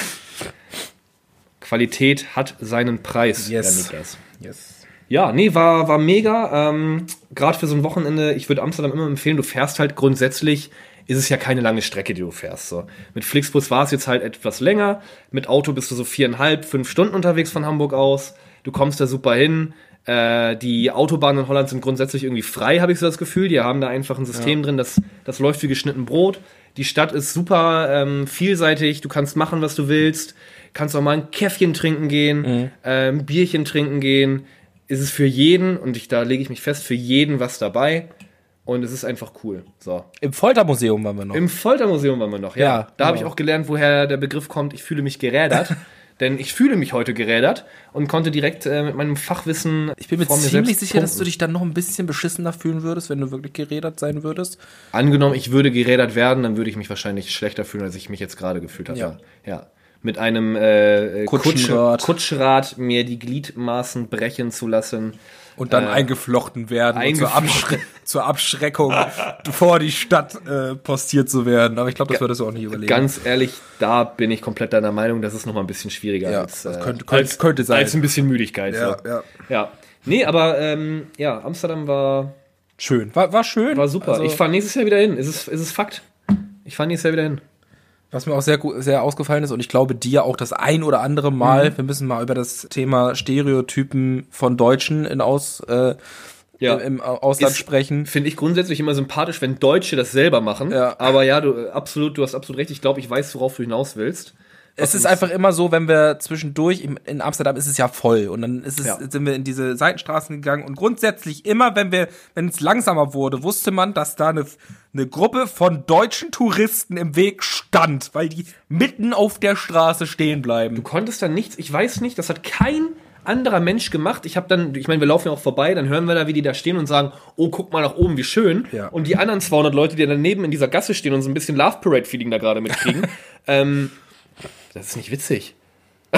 B: Qualität hat seinen Preis.
A: Yes.
B: Herr Niklas.
A: Yes.
B: Ja, nee, war, war mega. Ähm, Gerade für so ein Wochenende, ich würde Amsterdam immer empfehlen, du fährst halt grundsätzlich, ist es ja keine lange Strecke, die du fährst. So. Mit Flixbus war es jetzt halt etwas länger. Mit Auto bist du so viereinhalb, fünf Stunden unterwegs von Hamburg aus. Du kommst da super hin. Äh, die Autobahnen in Holland sind grundsätzlich irgendwie frei, habe ich so das Gefühl. Die haben da einfach ein System drin, das, das läuft wie geschnitten Brot. Die Stadt ist super ähm, vielseitig, du kannst machen, was du willst. Kannst auch mal ein Käffchen trinken gehen, äh, ein Bierchen trinken gehen ist es für jeden, und ich, da lege ich mich fest, für jeden was dabei. Und es ist einfach cool. So.
A: Im Foltermuseum waren wir noch.
B: Im Foltermuseum waren wir noch, ja.
A: Ja,
B: da habe ich
A: genau.
B: auch gelernt, woher der Begriff kommt, ich fühle
A: <laughs>
B: mich gerädert. denn ich fühle mich heute gerädert und konnte direkt äh, mit meinem Fachwissen.
A: Ich bin mir ziemlich sicher, dass du
B: dich.
A: dich dann noch ein bisschen beschissener fühlen würdest, wenn du wirklich gerädert sein würdest.
B: Angenommen, ich würde gerädert werden, dann würde ich mich wahrscheinlich schlechter fühlen, als ich mich jetzt gerade gefühlt habe.
A: Ja.
B: ja. Mit einem äh, äh,
A: Kutschenrad.
B: Kutsche- Kutschrad mir die Gliedmaßen brechen zu lassen.
A: Und dann eingeflochten werden und zur,
B: Äh, eingeflochten.
A: Abschre zur Abschreckung vor die Stadt äh, postiert zu werden. Aber ich glaube, das würdest du auch nicht überlegen.
B: Ganz ehrlich, da bin ich komplett deiner Meinung, das ist nochmal ein bisschen schwieriger
A: Ja,
B: als,
A: das
B: äh,
A: könnte- könnte-
B: als,
A: könnte sein.
B: als ein bisschen Müdigkeit.
A: ja,
B: so.
A: ja.
B: ja. Nee, aber ähm, ja, Amsterdam war,
A: Schön. War, war schön.
B: war super.
A: Also,
B: ich fahre nächstes Jahr wieder hin. Es ist, es ist Fakt. Ich fahre nächstes Jahr wieder hin.
A: was mir auch sehr, gu- sehr ausgefallen ist und ich glaube dir auch das ein oder andere Mal,
B: Mhm.
A: wir müssen mal über das Thema Stereotypen von Deutschen in aus, äh,
B: Ja.
A: im, im Ausland
B: Ist-
A: sprechen.
B: Finde ich grundsätzlich immer sympathisch, wenn Deutsche das selber machen.
A: Ja.
B: Aber ja, du äh, absolut, du hast absolut recht. Ich glaube, ich weiß, worauf du hinaus willst.
A: Es ist einfach immer so, wenn wir zwischendurch im, in Amsterdam ist es ja voll und dann ist es,
B: Ja.
A: sind wir in diese Seitenstraßen gegangen und grundsätzlich immer, wenn wir, wenn es langsamer wurde, wusste man, dass da eine, eine Gruppe von deutschen Touristen im Weg stand, weil die mitten auf der Straße stehen bleiben.
B: Du konntest da nichts, ich weiß nicht, das hat kein anderer Mensch gemacht. Ich habe dann, ich meine, wir laufen ja auch vorbei, dann hören wir da, wie die da stehen und sagen, oh, guck mal nach oben, wie schön.
A: Ja.
B: Und die anderen 200 Leute, die daneben in dieser Gasse stehen und so ein bisschen Love Parade-Feeling da gerade mitkriegen, ähm, das ist nicht witzig.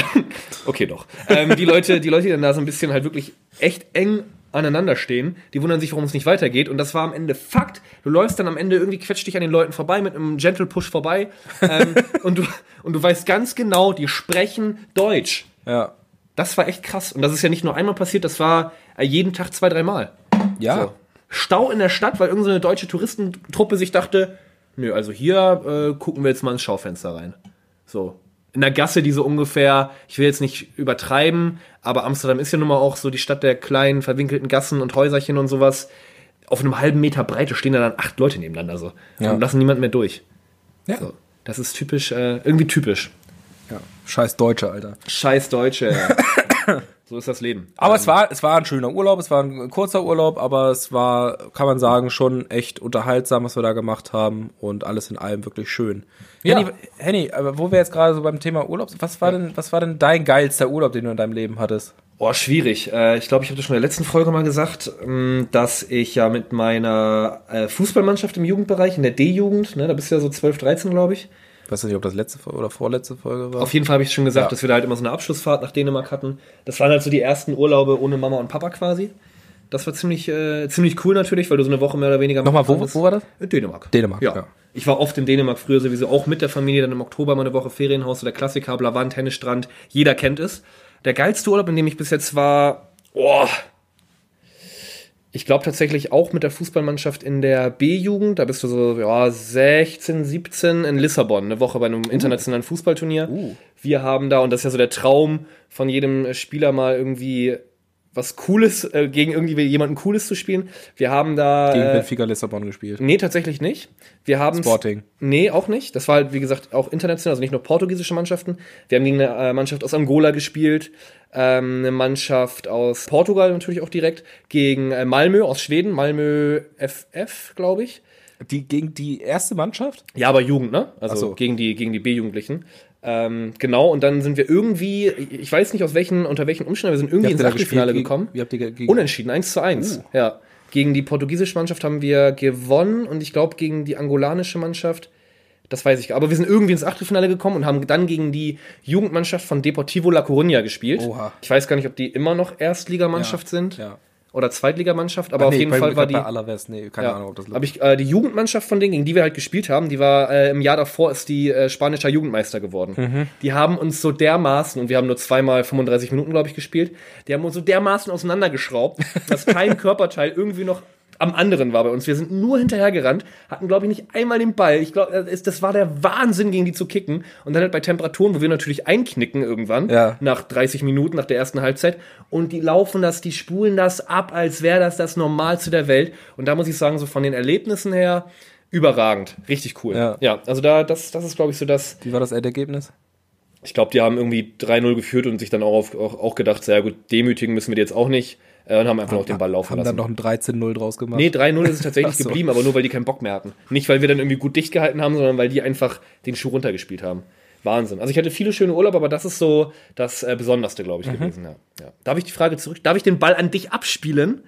B: <laughs> okay, doch. Ähm, die, Leute, die Leute, die dann da so ein bisschen halt wirklich echt eng aneinander stehen, die wundern sich, warum es nicht weitergeht. Und das war am Ende Fakt. Du läufst dann am Ende irgendwie quetscht dich an den Leuten vorbei mit einem Gentle Push vorbei. Ähm, und, du, und du weißt ganz genau, die sprechen Deutsch.
A: Ja.
B: Das war echt krass. Und das ist ja nicht nur einmal passiert, das war äh, jeden Tag zwei, dreimal.
A: Ja.
B: So. Stau in der Stadt, weil irgendeine so eine deutsche Touristentruppe sich dachte, nö, also hier äh, gucken wir jetzt mal ins Schaufenster rein. So. In der Gasse, die so ungefähr, ich will jetzt nicht übertreiben, aber Amsterdam ist ja nun mal auch so die Stadt der kleinen, verwinkelten Gassen und Häuserchen und sowas. Auf einem halben Meter Breite stehen da dann acht Leute nebeneinander so.
A: Ja.
B: Und lassen niemand mehr durch.
A: Ja.
B: So. Das ist typisch, äh, irgendwie typisch.
A: ja. Scheiß Deutsche, Alter.
B: Scheiß Deutsche.
A: <laughs>
B: ja. so ist das Leben.
A: Aber es war, es war ein schöner Urlaub, es war ein kurzer Urlaub, aber es war, kann man sagen, schon echt unterhaltsam, was wir da gemacht haben und alles in allem wirklich schön.
B: Ja.
A: Henny, Henny, aber wo wir jetzt gerade so beim Thema Urlaub sind, was war denn, was war denn dein geilster Urlaub, den du in deinem Leben hattest?
B: Boah, schwierig. Äh, Ich glaube, ich habe das schon in der letzten Folge mal gesagt, ähm, dass ich ja mit meiner äh, Fußballmannschaft im Jugendbereich, in der D-Jugend, ne, da bist du ja so 12, 13, glaube ich.
A: Ich weiß nicht, ob das letzte Fol- oder vorletzte Folge war.
B: Auf jeden Fall habe ich schon gesagt,
A: Ja.
B: dass wir da halt immer so eine Abschlussfahrt nach Dänemark hatten. Das waren halt so die ersten Urlaube ohne Mama und Papa quasi. Das war ziemlich, äh, ziemlich cool natürlich, weil du so eine Woche mehr oder weniger.
A: Nochmal, wo-
B: dran bist.
A: wo war das?
B: In Äh, Dänemark.
A: Dänemark,
B: ja.
A: ja.
B: Ich war oft in Dänemark früher sowieso, auch mit der Familie, dann im Oktober mal eine Woche Ferienhaus, so der Klassiker, Blavan, Tennisstrand, jeder kennt es. Der geilste Urlaub, in dem ich bis jetzt war, oh, ich glaube tatsächlich auch mit der Fußballmannschaft in der B-Jugend, da bist du so ja, 16, 17 in Lissabon, eine Woche bei einem internationalen Fußballturnier.
A: Uh.
B: Wir haben da, und das ist ja so der Traum von jedem äh, Spieler mal irgendwie was Cooles, äh, gegen irgendwie jemanden Cooles zu spielen. Wir haben da...
A: Gegen
B: äh,
A: Benfica Lissabon gespielt.
B: Nee, tatsächlich nicht. Wir haben
A: Sporting.
B: Nee, auch nicht. Das war halt, wie gesagt, auch international, also nicht nur portugiesische Mannschaften. Wir haben gegen eine äh, Mannschaft aus Angola gespielt, ähm, eine Mannschaft aus Portugal natürlich auch direkt, gegen äh, Malmö aus Schweden, Malmö FF, glaube ich.
A: Die, gegen die erste Mannschaft?
B: Ja, aber Jugend, ne? Also
A: Ach so.
B: gegen die, gegen die B-Jugendlichen. Ähm, genau, und dann sind wir irgendwie, ich weiß nicht aus welchen, unter welchen Umständen, wir sind irgendwie ins Achtelfinale gekommen.
A: Wie habt ihr gegen, Uh.
B: Unentschieden, 1 zu 1. Ja. Gegen die portugiesische Mannschaft haben wir gewonnen und ich glaube gegen die angolanische Mannschaft, das weiß ich gar nicht. Aber wir sind irgendwie ins Achtelfinale gekommen und haben dann gegen die Jugendmannschaft von Deportivo La Coruña gespielt.
A: Oha.
B: Ich weiß gar nicht, ob die immer noch Erstligamannschaft
A: Ja,
B: sind
A: ja.
B: oder Zweitligamannschaft, aber auf
A: Nee,
B: jeden
A: bei-
B: Fall war die.
A: bei Alaves, nee, keine
B: Ja.
A: Ahnung, ob das
B: Aber ich, äh, die Jugendmannschaft von denen, gegen die wir halt gespielt haben, die war äh, im Jahr davor ist die äh, spanischer Jugendmeister geworden.
A: Mhm.
B: Die haben uns so dermaßen, und wir haben nur zweimal 35 Minuten, glaube ich, gespielt, die haben uns so
A: <laughs>
B: dermaßen auseinandergeschraubt, dass kein Körperteil irgendwie noch am anderen war bei uns. Wir sind nur hinterhergerannt, hatten, glaube ich, nicht einmal den Ball. Ich glaube, das, ist- das war der Wahnsinn, gegen die zu kicken. Und dann halt bei Temperaturen, wo wir natürlich einknicken irgendwann,
A: Ja.
B: nach 30 Minuten, nach der ersten Halbzeit. Und die laufen das, die spulen das ab, als wäre das das Normalste der Welt. Und da muss ich sagen, so von den Erlebnissen her, überragend. Richtig cool.
A: Ja.
B: also da, das, das ist, glaube ich, so das.
A: Wie war das Endergebnis?
B: Ich glaube, die haben irgendwie 3-0 geführt und sich dann auch, auf, auch, auch gedacht, sehr gut, demütigen müssen wir die jetzt auch nicht. Äh, und haben einfach noch den Ball laufen
A: Haben
B: lassen.
A: dann noch ein 13-0 draus gemacht.
B: Nee, 3-0 ist es
A: <laughs>
B: tatsächlich
A: Ach so.
B: geblieben, aber nur weil die keinen Bock mehr hatten. Nicht, weil wir dann irgendwie gut dicht gehalten haben, sondern weil die einfach den Schuh runtergespielt haben. Wahnsinn. Also ich hatte viele schöne Urlaube, aber das ist so das äh, Besonderste, glaube ich,
A: Mhm.
B: gewesen. Ja. Ja. Darf ich die Frage zurück? Darf ich den Ball an dich abspielen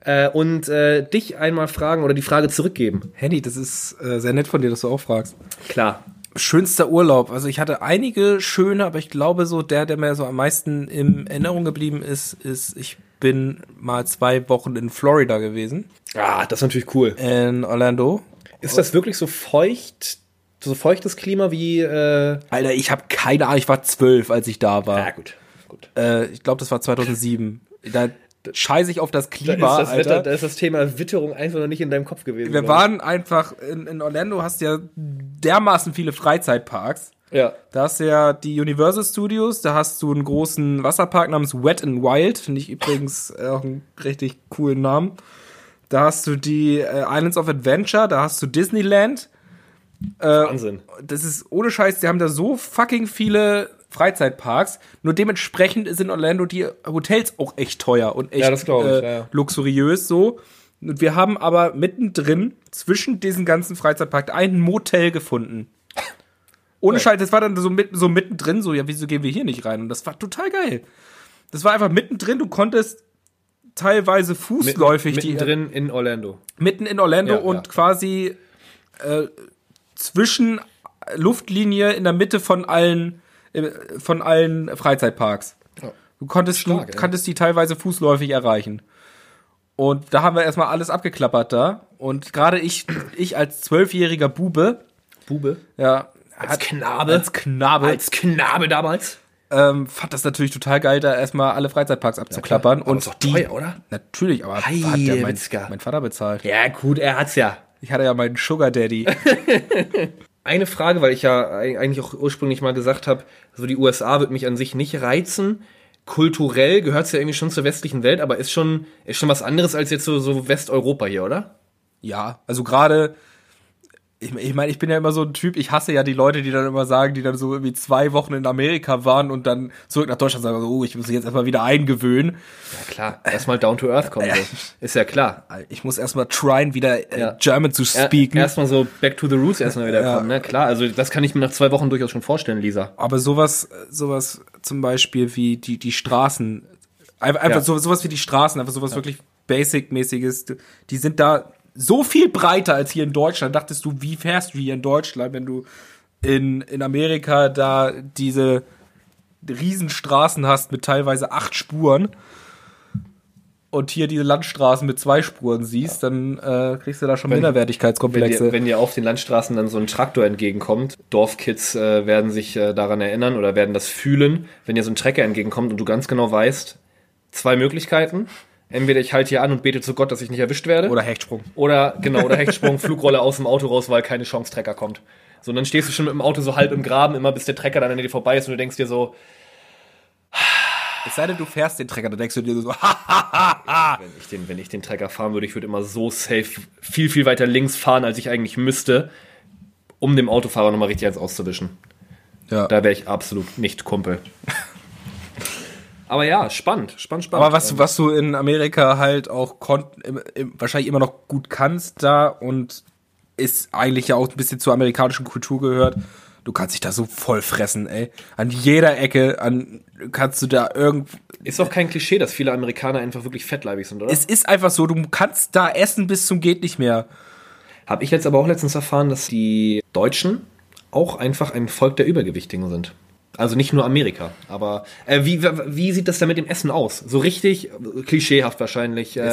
B: äh, und äh, dich einmal fragen oder die Frage zurückgeben?
A: Henny, das ist äh, sehr nett von dir, dass du auch fragst.
B: Klar.
A: Schönster Urlaub. Also ich hatte einige schöne, aber ich glaube so der, der mir so am meisten in Erinnerung geblieben ist, ist, ich bin mal zwei Wochen in Florida gewesen,
B: Ah, das ist natürlich cool.
A: in Orlando.
B: Ist das wirklich so feucht, so feuchtes Klima wie? Äh,
A: Alter, ich habe keine Ahnung, ich war zwölf, als ich da war.
B: gut, gut.
A: Äh, ich glaube, das war 2007. Da scheiße ich auf das
B: Da
A: Klima,
B: ist, das
A: Alter.
B: Wetter, da ist das Thema Witterung einfach noch nicht in deinem Kopf gewesen.
A: Wir
B: glaub
A: waren einfach, in, in Orlando hast du ja dermaßen viele Freizeitparks.
B: ich. ja.
A: Da hast du ja die Universal Studios, da hast du einen großen Wasserpark namens Wet and Wild, finde ich übrigens <laughs> äh, auch einen richtig coolen Namen. Da hast du die äh, Islands of Adventure, da hast du Disneyland. Äh,
B: Wahnsinn.
A: Das ist ohne Scheiß, die haben da so fucking viele Freizeitparks. Nur dementsprechend sind in Orlando die Hotels auch echt teuer und echt
B: Ja, das glaub ich,
A: äh,
B: ja, ja.
A: luxuriös so. Und wir haben aber mittendrin zwischen diesen ganzen Freizeitpark einen Motel gefunden. Ohne
B: Geil.
A: Scheiß, das war dann so, mit, so mittendrin so, ja, wieso gehen wir hier nicht rein? Und das war total geil. Das war einfach mittendrin, du konntest teilweise fußläufig
B: Mitten- Mittendrin in Orlando.
A: die mitten in Orlando
B: Ja,
A: und
B: ja.
A: quasi äh, zwischen Luftlinie in der Mitte von allen äh, von allen Freizeitparks. Du konntest,
B: Stark,
A: du
B: ey.
A: konntest die teilweise fußläufig erreichen. Und da haben wir erstmal alles abgeklappert da. Und gerade ich, ich als zwölfjähriger Bube,
B: Bube.
A: ja,
B: Als Knabe.
A: als Knabe,
B: Als Knabe damals.
A: ähm, fand das natürlich total geil, da erstmal alle Freizeitparks abzuklappern.
B: Aber
A: und
B: ist doch
A: die-
B: teuer, oder?
A: Natürlich, aber
B: Hei,
A: hat ja mein,
B: Witzka.
A: mein Vater bezahlt.
B: Ja, gut, er hat's ja.
A: Ich hatte ja meinen Sugar Daddy.
B: Eine Frage, weil ich ja eig- eigentlich auch ursprünglich mal gesagt habe, so die USA wird mich an sich nicht reizen. Kulturell gehört's ja irgendwie schon zur westlichen Welt, aber ist schon, ist schon was anderes als jetzt so, so Westeuropa hier, oder?
A: ja, also gerade. Ich, ich meine, ich bin ja immer so ein Typ, ich hasse ja die Leute, die dann immer sagen, die dann so irgendwie zwei Wochen in Amerika waren und dann zurück nach Deutschland sagen, so, oh, ich muss mich jetzt erstmal wieder eingewöhnen.
B: Ja, klar. Erstmal down to earth <laughs> kommen. So. Ist ja klar.
A: Ich muss erstmal tryen, wieder äh,
B: Ja.
A: German zu
B: Er-
A: speaken.
B: Erstmal so back to the roots erstmal wieder
A: Ja.
B: kommen, ne? Klar, also das kann ich mir nach zwei Wochen durchaus schon vorstellen, Lisa.
A: Aber sowas, sowas zum Beispiel wie die, die Straßen, einfach, einfach
B: Ja.
A: so- sowas wie die Straßen, einfach sowas wirklich Basic-mäßiges, die sind da so viel breiter als hier in Deutschland. Dachtest du, wie fährst du hier in Deutschland, wenn du in, in Amerika da diese Riesenstraßen hast mit teilweise acht Spuren und hier diese Landstraßen mit zwei Spuren siehst, dann äh, kriegst du da schon
B: Wenn
A: Minderwertigkeitskomplexe.
B: dir, wenn dir auf den Landstraßen dann so ein Traktor entgegenkommt, Dorfkids äh, werden sich äh, daran erinnern oder werden das fühlen, wenn dir so ein Trecker entgegenkommt und du ganz genau weißt, zwei Möglichkeiten. Entweder ich halte hier an und bete zu Gott, dass ich nicht erwischt werde.
A: Oder Hechtsprung.
B: Oder, genau, oder Hechtsprung, Flugrolle aus dem Auto raus, weil keine Chance Trecker kommt. So, und dann stehst du schon mit dem Auto so halb im Graben, immer bis der Trecker dann an dir vorbei ist und du denkst dir so,
A: Es sei denn, du fährst den Trecker, dann denkst du dir so, <laughs>
B: wenn ich den, wenn ich den Trecker fahren würde, ich würde immer so safe viel, viel weiter links fahren, als ich eigentlich müsste, um dem Autofahrer nochmal richtig eins auszuwischen.
A: ja.
B: Da wäre ich absolut nicht Kumpel. Aber ja, spannend, spannend, spannend.
A: Aber was, was du in Amerika halt auch kon im, im, wahrscheinlich immer noch gut kannst da und ist eigentlich ja auch ein bisschen zur amerikanischen Kultur gehört. Du kannst dich da so voll fressen, ey. An jeder Ecke, an kannst du da irgend.
B: ist doch kein Klischee, dass viele Amerikaner einfach wirklich fettleibig sind, oder?
A: Es ist einfach so, du kannst da essen bis zum geht nicht mehr.
B: Habe ich jetzt aber auch letztens erfahren, dass die Deutschen auch einfach ein Volk der Übergewichtigen sind. Also nicht nur Amerika, aber äh, wie, wie sieht das da mit dem Essen aus? So richtig äh, klischeehaft wahrscheinlich. Äh,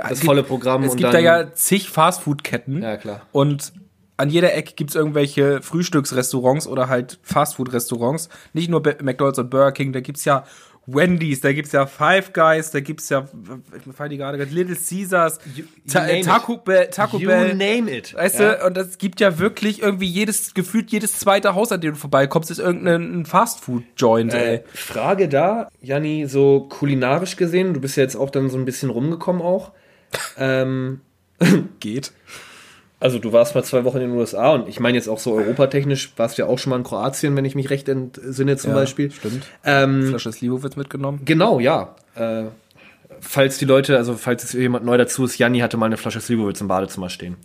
B: das volle Programm
A: Es
B: und
A: gibt
B: dann
A: da ja zig Fastfood-Ketten.
B: Ja, klar.
A: Und an jeder Ecke gibt's irgendwelche Frühstücksrestaurants oder halt Fastfood-Restaurants. Nicht nur Be- McDonalds und Burger King, da gibt's ja Wendy's, da gibt's ja Five Guys, da gibt's ja, ich mir fallen die gerade, Little Caesars,
B: You- you
A: Ta
B: name
A: äh,
B: it.
A: Taco Bell, Taco
B: You
A: Bell.
B: name it.
A: Weißt
B: Ja.
A: du, und es gibt ja wirklich irgendwie jedes, gefühlt jedes zweite Haus, an dem du vorbeikommst, ist irgendein Fastfood-Joint,
B: Äh,
A: ey.
B: Frage da, Janni, so kulinarisch gesehen, du bist ja jetzt auch dann so ein bisschen rumgekommen auch. ähm, <laughs>
A: Geht.
B: also du warst mal zwei Wochen in den USA und ich meine jetzt auch so europatechnisch, warst du ja auch schon mal in Kroatien, wenn ich mich recht entsinne zum
A: Ja,
B: Beispiel.
A: stimmt.
B: Ähm,
A: Flasche Slivovitz mitgenommen.
B: genau, ja. Äh, falls die Leute, also falls jetzt jemand neu dazu ist, Janni hatte mal eine Flasche Slivovitz im Badezimmer stehen.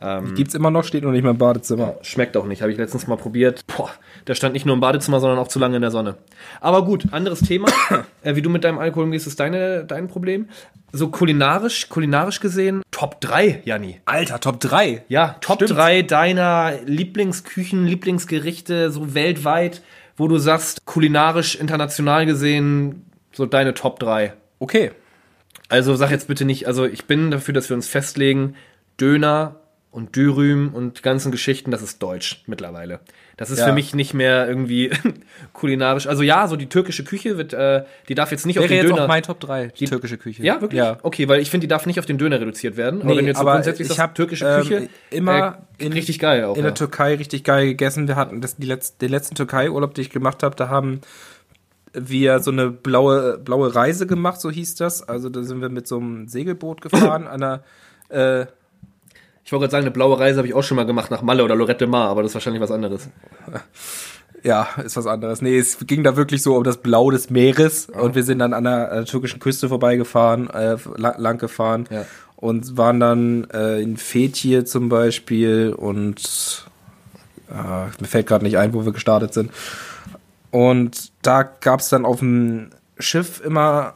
B: Ähm,
A: Gibt's immer noch, steht noch nicht mal im Badezimmer.
B: Schmeckt auch nicht, habe ich letztens mal probiert. Boah, der stand nicht nur im Badezimmer, sondern auch zu lange in der Sonne. Aber gut, anderes Thema. äh, wie du mit deinem Alkohol umgehst, ist deine, dein Problem. So kulinarisch, kulinarisch gesehen, Top 3, Janni.
A: Alter, Top 3.
B: Ja, Top
A: Stimmt.
B: 3 deiner Lieblingsküchen, Lieblingsgerichte, so weltweit, wo du sagst, kulinarisch, international gesehen, so deine Top 3.
A: Okay.
B: Also sag jetzt bitte nicht, also ich bin dafür, dass wir uns festlegen, Döner und Dürüm und die ganzen Geschichten, das ist deutsch mittlerweile. Das ist
A: Ja.
B: für mich nicht mehr irgendwie <laughs> kulinarisch. Also ja, so die türkische Küche wird, äh, die darf jetzt nicht auf
A: Wäre
B: den
A: jetzt
B: Döner.
A: auch mein Top 3, die türkische Küche.
B: ja, wirklich?
A: Ja.
B: Okay, weil ich finde, die darf nicht auf den Döner reduziert werden. aber wenn du jetzt so grundsätzlich
A: ich
B: sagst,
A: habe
B: türkische Küche,
A: immer
B: äh, richtig geil auch.
A: in
B: ja.
A: der Türkei richtig geil gegessen. Wir hatten das, die letzte, den letzten Türkei-Urlaub, den ich gemacht habe, da haben wir so eine blaue, blaue Reise gemacht, so hieß das. Also da sind wir mit so einem Segelboot gefahren, an einer, äh,
B: ich wollte gerade sagen, eine blaue Reise habe ich auch schon mal gemacht nach Malle oder Lorette de Mar, aber das ist wahrscheinlich was anderes.
A: Ja, ist was anderes. Nee, es ging da wirklich so um das Blau des Meeres und wir sind dann an der äh, türkischen Küste vorbeigefahren, äh, lang, lang gefahren
B: Ja.
A: und waren dann äh, in Fethiye zum Beispiel und äh, mir fällt gerade nicht ein, wo wir gestartet sind. Und da gab's dann auf dem Schiff immer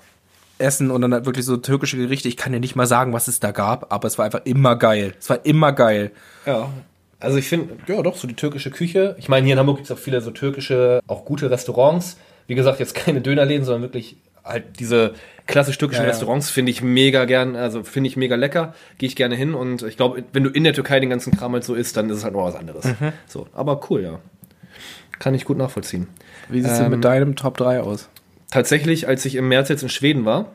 A: essen und dann halt wirklich so türkische Gerichte. Ich kann dir nicht mal sagen, was es da gab, aber es war einfach immer geil. Es war immer geil.
B: Ja. Also ich finde, ja doch, so die türkische Küche. Ich meine, hier in Hamburg gibt es auch viele so türkische, auch gute Restaurants. Wie gesagt, jetzt keine Dönerläden, sondern wirklich halt diese klassisch türkischen
A: Ja, ja.
B: Restaurants finde ich mega gern, also finde ich mega lecker, gehe ich gerne hin und ich glaube, wenn du in der Türkei den ganzen Kram halt so isst, dann ist es halt noch was anderes.
A: Mhm.
B: So, aber cool, ja. Kann ich gut nachvollziehen.
A: Wie sieht es denn mit deinem Top 3 aus?
B: tatsächlich, als ich im März jetzt in Schweden war,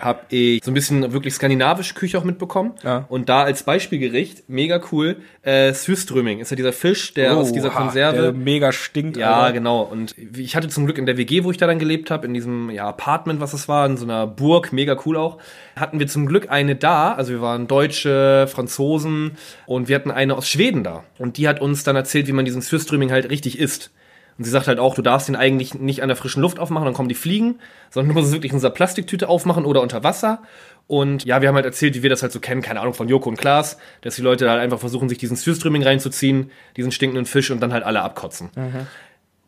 B: habe ich so ein bisschen wirklich skandinavische Küche auch mitbekommen.
A: Ja.
B: Und da als Beispielgericht, mega cool, äh, Syrströming ist ja dieser Fisch, der aus dieser
A: Oha, Der
B: Konserve.
A: mega stinkt.
B: ja,
A: Alter.
B: genau. Und ich hatte zum Glück in der WG, wo ich da dann gelebt habe, in diesem ja, Apartment, was es war, in so einer Burg, mega cool auch, hatten wir zum Glück eine da. Also wir waren Deutsche, Franzosen und wir hatten eine aus Schweden da. Und die hat uns dann erzählt, wie man diesen Syrströming halt richtig isst. Und sie sagt halt auch, du darfst den eigentlich nicht an der frischen Luft aufmachen, dann kommen die Fliegen, sondern du musst es wirklich in dieser Plastiktüte aufmachen oder unter Wasser. Und ja, wir haben halt erzählt, wie wir das halt so kennen, keine Ahnung, von Joko und Klaas, dass die Leute halt einfach versuchen, sich diesen Syrströming reinzuziehen, diesen stinkenden Fisch und dann halt alle abkotzen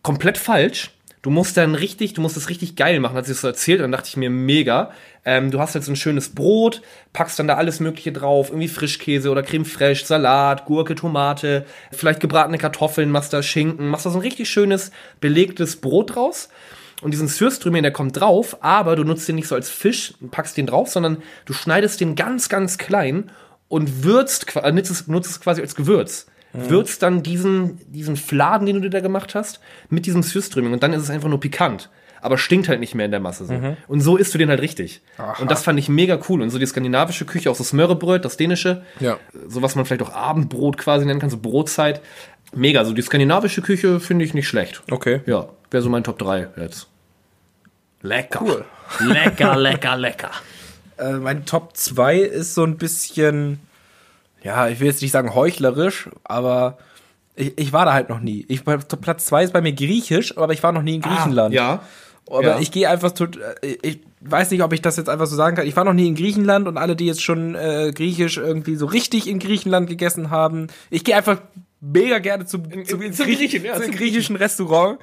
B: komplett falsch. Du musst dann richtig, du musst es richtig geil machen, hat sie das so erzählt. Und dann dachte ich mir, mega. Ähm, du hast jetzt so ein schönes Brot, packst dann da alles Mögliche drauf, irgendwie Frischkäse oder Creme fraiche, Salat, Gurke, Tomate, vielleicht gebratene Kartoffeln, machst da Schinken, machst da so ein richtig schönes belegtes Brot draus. Und diesen Sürströmchen, der kommt drauf, aber du nutzt den nicht so als Fisch und packst den drauf, sondern du schneidest den ganz, ganz klein und würzt, qua- äh, nutzt es, nutzt es quasi als Gewürz. Würzt Mhm. dann diesen, diesen Fladen, den du dir da gemacht hast, mit diesem Sürströmchen und dann ist es einfach nur pikant. Aber stinkt halt nicht mehr in der Masse so.
A: Mhm.
B: Und so isst du den halt richtig. Und das fand ich mega cool. Und so die skandinavische Küche, auch so Smörrebröt, das dänische,
A: Ja.
B: so was man vielleicht auch Abendbrot quasi nennen kann, so Brotzeit. Mega. So die skandinavische Küche finde ich nicht schlecht.
A: Okay.
B: Ja, wäre so mein Top 3 jetzt. Lecker. Cool. Lecker, lecker, lecker.
A: Äh, mein Top 2 ist so ein bisschen, ja, ich will jetzt nicht sagen heuchlerisch, aber ich, ich war da halt noch nie. Ich, Platz 2 ist bei mir griechisch, aber ich war noch nie in Griechenland.
B: Ah, Ja.
A: Aber
B: Ja.
A: ich gehe einfach tot, äh, ich weiß nicht, ob ich das jetzt einfach so sagen kann. Ich war noch nie in Griechenland und alle, die jetzt schon äh, griechisch irgendwie so richtig in Griechenland gegessen haben, ich gehe einfach mega gerne zum, zum,
B: in-
A: ins
B: zum
A: Griech-
B: Griechen, ja,
A: zum
B: zum
A: griechischen Restaurant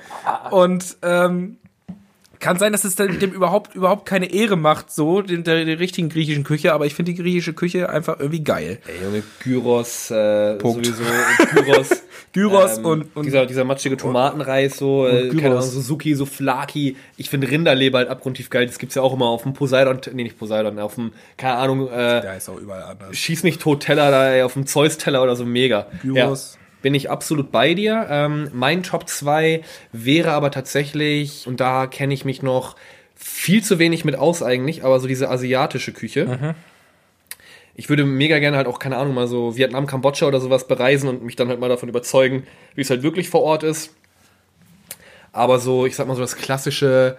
A: und ähm, kann sein, dass es dem dem überhaupt überhaupt keine Ehre macht, so den, der, der richtigen griechischen Küche, aber ich finde die griechische Küche einfach irgendwie geil.
B: Ey, Junge, Gyros, äh,
A: Punkt.
B: sowieso Gyros.
A: <laughs>
B: Ähm,
A: Gyros und, und
B: dieser, dieser matschige Tomatenreis, so, äh,
A: Gyros.
B: keine Ahnung, Suzuki, so Flaki. Ich finde Rinderleber halt abgrundtief geil. Das gibt's ja auch immer auf dem Poseidon, nee, nicht Poseidon, auf dem, keine Ahnung, äh,
A: ja, ist auch überall anders.
B: Schieß mich tot Teller da ey, auf dem Zeus Teller oder so mega.
A: Gyros.
B: Ja, bin ich absolut bei dir. Ähm, mein Top 2 wäre aber tatsächlich und da kenne ich mich noch viel zu wenig mit aus eigentlich, aber so diese asiatische Küche. Ich würde mega gerne halt auch, keine Ahnung, mal so Vietnam, Kambodscha oder sowas bereisen und mich dann halt mal davon überzeugen, wie es halt wirklich vor Ort ist. Aber so, ich sag mal so das klassische,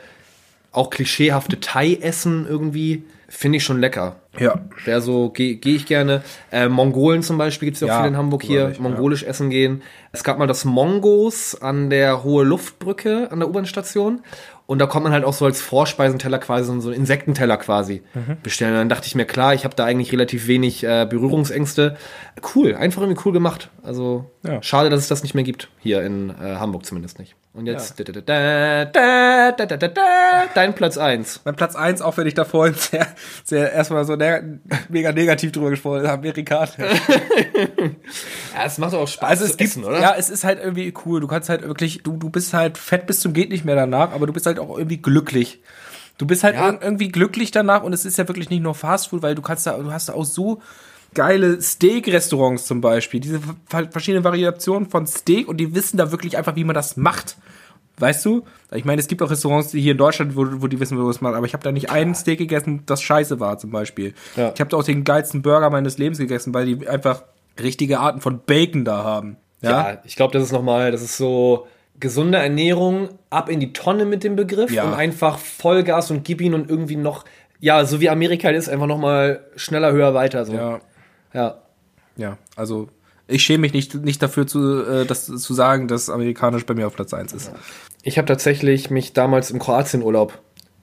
B: auch klischeehafte Thai-Essen irgendwie, finde ich schon lecker.
A: Ja,
B: Wäre so, gehe geh ich gerne. Äh, Mongolen zum Beispiel gibt's ja auch
A: Ja,
B: viele in Hamburg hier.
A: überall, ja.
B: Mongolisch essen gehen. Es gab mal das Mongos an der Hohe Luftbrücke an der U-Bahn-Station. Und da kommt man halt auch so als Vorspeisenteller quasi, so- so einen Insektenteller quasi bestellen. Und dann dachte ich mir, klar, ich habe da eigentlich relativ wenig äh, Berührungsängste. Cool, einfach irgendwie cool gemacht. Also
A: Ja.
B: schade, dass es das nicht mehr gibt. Hier in äh, Hamburg zumindest nicht. Und jetzt da, da, da, da, da, da, da, da, dein Platz eins
A: Mein Platz eins, auch wenn ich da vorhin <laughs> sehr, sehr erstmal so ne mega negativ drüber gesprochen habe, Amerikaner.
B: Ja, es macht auch Spaß
A: Also es
B: zu
A: gibt,
B: essen, oder?
A: ja, es ist halt irgendwie cool. Du kannst halt wirklich, du, du bist halt fett bis zum geht nicht mehr danach, aber du bist halt auch irgendwie glücklich. Du bist halt
B: Ja.
A: irg- irgendwie glücklich danach und es ist ja wirklich nicht nur Fastfood, weil du kannst da, du hast da auch so geile Steak-Restaurants zum Beispiel. Diese ver- verschiedenen Variationen von Steak und die wissen da wirklich einfach, wie man das macht. Weißt du? Ich meine, es gibt auch Restaurants die hier in Deutschland, wo, wo die wissen, wo es macht, aber ich habe da nicht einen Steak gegessen, das scheiße war zum Beispiel.
B: Ja.
A: Ich habe da auch den geilsten Burger meines Lebens gegessen, weil die einfach richtige Arten von Bacon da haben. Ja.
B: Ja, ich glaube, das ist nochmal, das ist so gesunde Ernährung, ab in die Tonne mit dem Begriff
A: Ja.
B: und einfach Vollgas und gib ihn und irgendwie noch, ja, so wie Amerika ist, einfach nochmal schneller, höher, weiter. So.
A: ja.
B: ja.
A: Ja, also ich schäme mich nicht, nicht dafür zu, äh, das zu sagen, dass amerikanisch bei mir auf Platz 1 ist.
B: Ich habe tatsächlich mich damals im Kroatienurlaub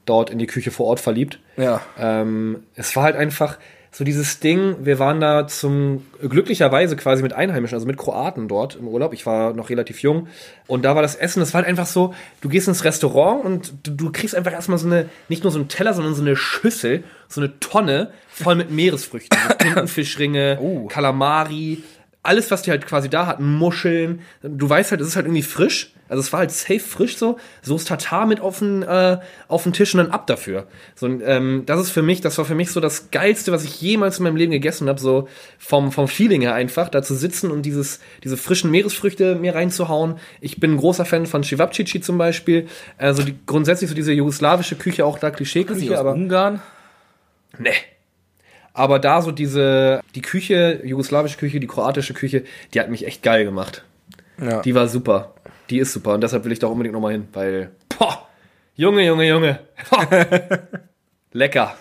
B: dort in die Küche vor Ort verliebt.
A: Ja.
B: Ähm, es war halt einfach, so dieses Ding, wir waren da zum glücklicherweise quasi mit Einheimischen, also mit Kroaten dort im Urlaub. Ich war noch relativ jung und da war das Essen, das war halt einfach so, du gehst ins Restaurant und du, du kriegst einfach erstmal so eine nicht nur so einen Teller, sondern so eine Schüssel, so eine Tonne voll mit Meeresfrüchten, so Tintenfischringe,
A: Oh.
B: Kalamari, alles, was die halt quasi da hatten, Muscheln. Du weißt halt, es ist halt irgendwie frisch. Also es war halt safe frisch so. So ist Tatar mit auf den, äh, auf den Tisch und dann ab dafür. So, und, ähm, das ist für mich, das war für mich so das Geilste, was ich jemals in meinem Leben gegessen habe. So vom, vom Feeling her einfach, da zu sitzen und dieses, diese frischen Meeresfrüchte mir reinzuhauen. Ich bin ein großer Fan von Cevapcici zum Beispiel. Also die, grundsätzlich so diese jugoslawische Küche, auch da
A: Sie
B: Klischeeküche,
A: aus
B: aber...
A: Ungarn?
B: Nee. Aber da so diese, die Küche, jugoslawische Küche, die kroatische Küche, die hat mich echt geil gemacht.
A: Ja.
B: Die war super. Die ist super. Und deshalb will ich da auch unbedingt nochmal hin, weil, boah, Junge, Junge, Junge. <laughs> Lecker.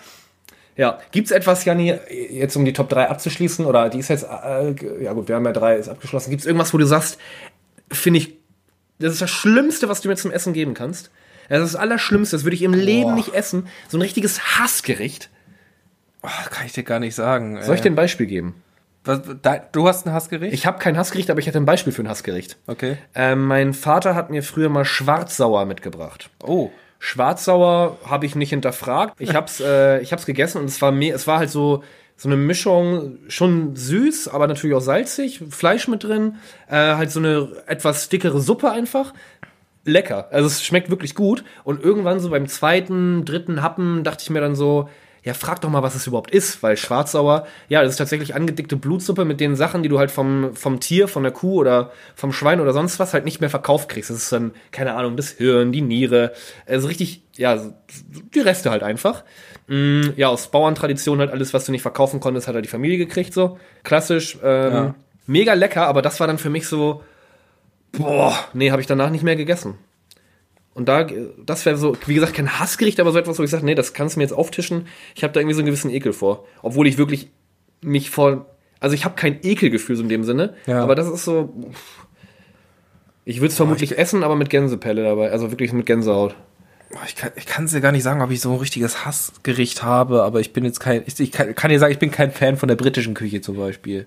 B: Ja, gibt's etwas, Janni, jetzt um die Top 3 abzuschließen, oder die ist jetzt, äh, ge- ja gut, wir haben ja 3, ist abgeschlossen. Gibt's irgendwas, wo du sagst, finde ich, das ist das Schlimmste, was du mir zum Essen geben kannst? Das ist das Allerschlimmste, das würde ich im Leben nicht essen. So ein richtiges Hassgericht.
A: Ach, Ah, kann ich dir gar nicht sagen.
B: Soll ich
A: ey.
B: dir ein Beispiel geben?
A: Was, de, du hast ein Hassgericht?
B: Ich habe kein Hassgericht, aber ich hätte ein Beispiel für ein Hassgericht.
A: Okay.
B: Ähm, mein Vater hat mir früher mal Schwarzsauer mitgebracht.
A: Oh.
B: Schwarzsauer habe ich nicht hinterfragt. Ich hab's, äh, ich hab's gegessen und es war mir, es war halt so so eine Mischung, schon süß, aber natürlich auch salzig, Fleisch mit drin, äh, halt so eine etwas dickere Suppe einfach. Lecker. Also es schmeckt wirklich gut. Und irgendwann so beim zweiten, dritten Happen dachte ich mir dann so, ja, frag doch mal, was es überhaupt ist, weil Schwarzsauer, ja, das ist tatsächlich angedickte Blutsuppe mit den Sachen, die du halt vom, vom Tier, von der Kuh oder vom Schwein oder sonst was halt nicht mehr verkauft kriegst. Das ist dann, keine Ahnung, das Hirn, die Niere, also richtig, ja, so- so die Reste halt einfach. Mm, ja, aus Bauerntradition halt alles, was du nicht verkaufen konntest, hat halt die Familie gekriegt, so. Klassisch, ähm,
A: Ja.
B: mega lecker, aber das war dann für mich so, boah, nee, habe ich danach nicht mehr gegessen. Und da, das wäre so, wie gesagt, kein Hassgericht, aber so etwas, wo ich sage, nee, das kannst du mir jetzt auftischen. Ich habe da irgendwie so einen gewissen Ekel vor. Obwohl ich wirklich mich vor, also ich habe kein Ekelgefühl so in dem Sinne,
A: Ja.
B: aber das ist so, pff. ich würde es vermutlich essen, aber mit Gänsepelle dabei, also wirklich mit Gänsehaut.
A: Boah, Ich kann, ich kann dir gar nicht sagen, ob ich so ein richtiges Hassgericht habe, aber ich bin jetzt kein. Ich, ich kann, kann dir sagen, ich bin kein Fan von der britischen Küche zum Beispiel.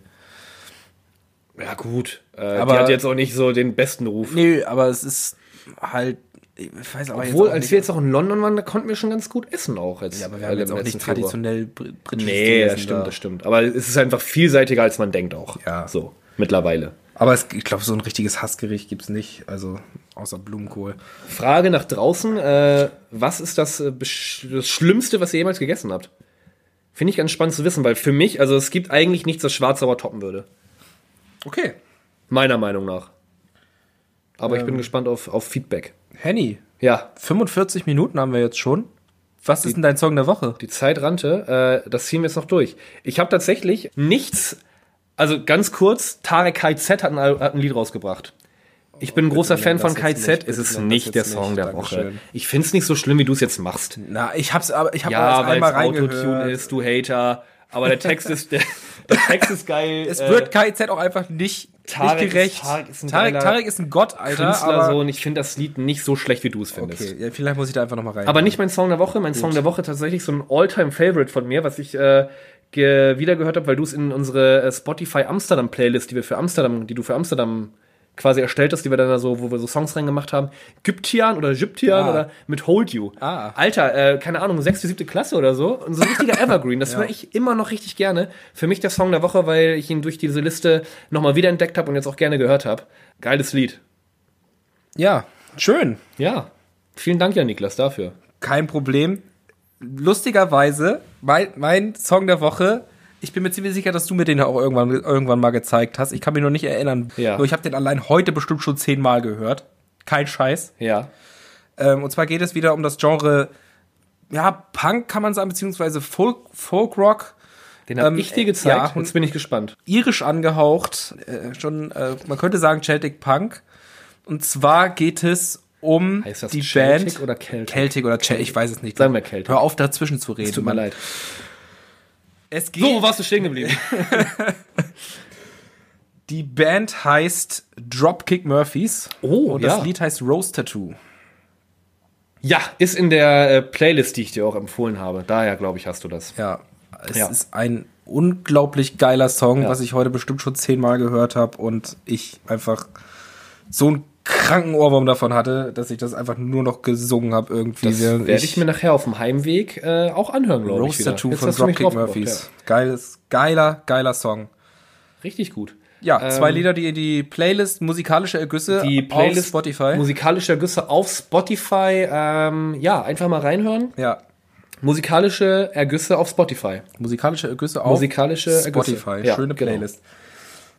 B: Ja, gut. Äh,
A: Aber-
B: die hat jetzt auch nicht so den besten Ruf.
A: Nee, aber es ist halt. Ich weiß aber
B: Obwohl,
A: jetzt auch
B: als
A: nicht,
B: wir jetzt auch in London waren, da konnten wir schon ganz gut essen auch jetzt. äh,
A: Ja, aber wir haben jetzt auch nicht traditionell br- britisches
B: Nee, das
A: Essen
B: stimmt,
A: da.
B: das stimmt. Aber es ist einfach vielseitiger, als man denkt auch.
A: Ja.
B: So, mittlerweile.
A: Aber es, ich glaube, so ein richtiges Hassgericht gibt's nicht. Also, außer Blumenkohl.
B: Frage nach draußen: äh, Was ist das, äh, besch- das Schlimmste, was ihr jemals gegessen habt? Finde ich ganz spannend zu wissen, weil für mich, also es gibt eigentlich nichts, das Schwarzsauer toppen würde.
A: Okay.
B: Meiner Meinung nach. Aber
A: Ähm.
B: ich bin gespannt auf, auf Feedback.
A: Henny,
B: Ja,
A: 45 Minuten haben wir jetzt schon. Was ist denn dein Song der Woche?
B: die Zeit rannte, äh, das ziehen wir jetzt noch durch. Ich habe tatsächlich nichts, also ganz kurz, Tarek KZ hat ein, Al- hat ein Lied rausgebracht. Ich bin ein großer
A: bitte
B: Fan
A: nenn Oh, das
B: von
A: jetzt
B: KZ,
A: nicht,
B: es
A: bitte
B: ist
A: nenn das
B: nicht
A: jetzt
B: der Song
A: nicht,
B: der Woche.
A: Dankeschön.
B: Ich finde es nicht so schlimm, wie du es jetzt machst.
A: Na, ich hab's aber, ich hab
B: Ja,
A: erst
B: weil
A: einmal
B: es
A: reingehört.
B: Autotune ist, du Hater. Aber der Text ist, der, der Text ist
A: <laughs>
B: geil. Äh,
A: Es wird KIZ auch einfach nicht,
B: Tarek
A: nicht gerecht.
B: ist- Tarek ist ein
A: Tarek,
B: geiler
A: Tarek ist ein Gott, Alter.
B: Künstler
A: aber,
B: so und ich finde das Lied nicht so schlecht, wie du es findest.
A: Okay, ja, vielleicht muss ich da einfach nochmal rein.
B: Aber nicht mein Song der Woche. Mein Song der Woche tatsächlich so ein All-Time-Favorite von mir, was ich äh, ge- wieder gehört habe, weil du es in unsere äh, Spotify Amsterdam Playlist, die wir für Amsterdam, die du für Amsterdam quasi erstellt hast, die wir dann da so, wo wir so Songs reingemacht haben, Gyptian oder Gyptian
A: Ah.
B: oder mit Hold You.
A: Ah.
B: Alter, äh, keine Ahnung, sechste, siebte Klasse oder so. Und so ein richtiger Evergreen. Das höre ich immer noch richtig gerne. Für mich der Song der Woche, weil ich ihn durch diese Liste nochmal wiederentdeckt habe und jetzt auch gerne gehört habe. Geiles Lied.
A: Ja, schön.
B: Ja. Vielen Dank, ja, Niklas, dafür.
A: Kein Problem. Lustigerweise, mein, mein Song der Woche, ich bin mir ziemlich sicher, dass du mir den auch irgendwann, irgendwann mal gezeigt hast. Ich kann mich noch nicht erinnern.
B: Ja.
A: Nur ich habe den allein heute bestimmt schon zehnmal gehört. Kein Scheiß.
B: Ja.
A: Ähm, und zwar geht es wieder um das Genre, ja, Punk kann man sagen, beziehungsweise Folk, Folk Rock.
B: Den habe
A: Ähm,
B: ich dir gezeigt.
A: ja, und-
B: äh, jetzt bin ich gespannt.
A: irisch angehaucht, äh, schon, äh, man könnte sagen Celtic Punk. Und zwar geht es um
B: Heißt das
A: die
B: Celtic
A: Band
B: oder Celtic?
A: Celtic oder Celtic, ich weiß es nicht.
B: Sagen wir Celtic.
A: Hör auf dazwischen zu reden.
B: Tut mir
A: Mann.
B: leid.
A: Es geht,
B: So, wo warst du stehen geblieben?
A: die Band heißt Dropkick Murphys.
B: Oh,
A: Und
B: ja.
A: das Lied heißt Rose Tattoo.
B: ja, ist in der äh, Playlist, die ich dir auch empfohlen habe. Daher, glaube ich, hast du das.
A: Ja. Es
B: Ja.
A: ist ein unglaublich geiler Song,
B: Ja.
A: was ich heute bestimmt schon zehnmal gehört habe und ich einfach so einen kranken Ohrwurm davon hatte, dass ich das einfach nur noch gesungen habe irgendwie.
B: Das
A: während
B: werde ich mir nachher auf dem Heimweg äh, auch anhören, glaube ich.
A: Rose
B: wieder.
A: Tattoo
B: Jetzt
A: von
B: hast du mich
A: Dropkick
B: draufgebracht,
A: Murphys. Geiles, geiler, geiler Song.
B: Ja. Richtig gut.
A: Ja, zwei
B: Ähm,
A: Lieder, die in die Playlist musikalische Ergüsse
B: Die Playlist
A: auf Spotify.
B: musikalischer Güsse auf Spotify. Ähm, ja, einfach mal reinhören.
A: ja,
B: Musikalische Ergüsse auf Spotify.
A: musikalische Ergüsse auf
B: Musikalische Ergüsse.
A: Spotify.
B: Ja,
A: Schöne
B: genau.
A: Playlist.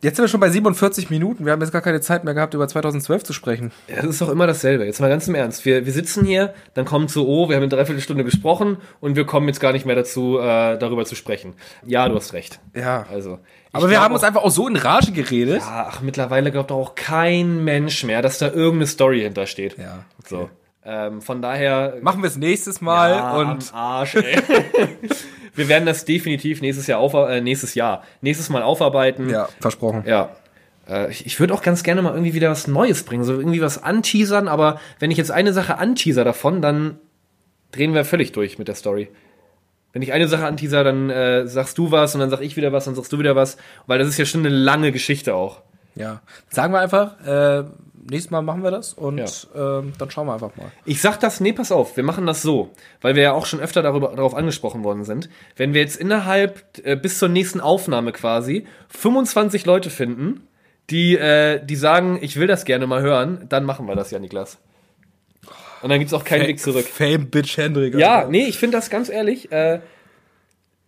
A: Jetzt sind wir schon bei 47 Minuten. Wir haben jetzt gar keine Zeit mehr gehabt, über 2012 zu sprechen.
B: Das ist doch immer dasselbe. Jetzt mal ganz im Ernst. Wir, wir sitzen hier, dann kommt so, oh, wir haben eine Dreiviertelstunde gesprochen und wir kommen jetzt gar nicht mehr dazu, äh, darüber zu sprechen. Ja, du hast recht.
A: Ja.
B: Also, ich
A: Aber wir
B: glaub
A: haben uns
B: auch- ah,
A: einfach auch so in Rage geredet.
B: Ach, mittlerweile glaubt doch auch kein Mensch mehr, dass da irgendeine Story hintersteht.
A: Ja, okay.
B: So. Ähm, von daher
A: Machen wir es nächstes Mal
B: Ah,
A: und
B: am Arsch, ey. <laughs> wir werden das definitiv nächstes Jahr aufa- äh, nächstes Jahr nächstes Mal aufarbeiten.
A: ja, versprochen.
B: Ja. Äh, ich ich würde auch ganz gerne mal irgendwie wieder was Neues bringen, so irgendwie was anteasern. Aber wenn ich jetzt eine Sache anteaser davon, dann drehen wir völlig durch mit der Story. Wenn ich eine Sache anteaser, dann äh, sagst du was und dann sag ich wieder was, dann sagst du wieder was, weil das ist ja schon eine lange Geschichte auch.
A: Ja. Sagen wir einfach, äh, nächstes Mal machen wir das und ähm, dann schauen wir einfach mal.
B: Ich sag das, nee, pass auf, wir machen das so, weil wir ja auch schon öfter darüber, darauf angesprochen worden sind. Wenn wir jetzt innerhalb äh, bis zur nächsten Aufnahme quasi 25 Leute finden, die, äh, die sagen, ich will das gerne mal hören, dann machen wir das ja, Niklas. Und dann gibt's auch keinen Weg zurück.
A: Fame Bitch Hendrik.
B: Ja,
A: Alter.
B: nee, ich finde das ganz ehrlich. Äh,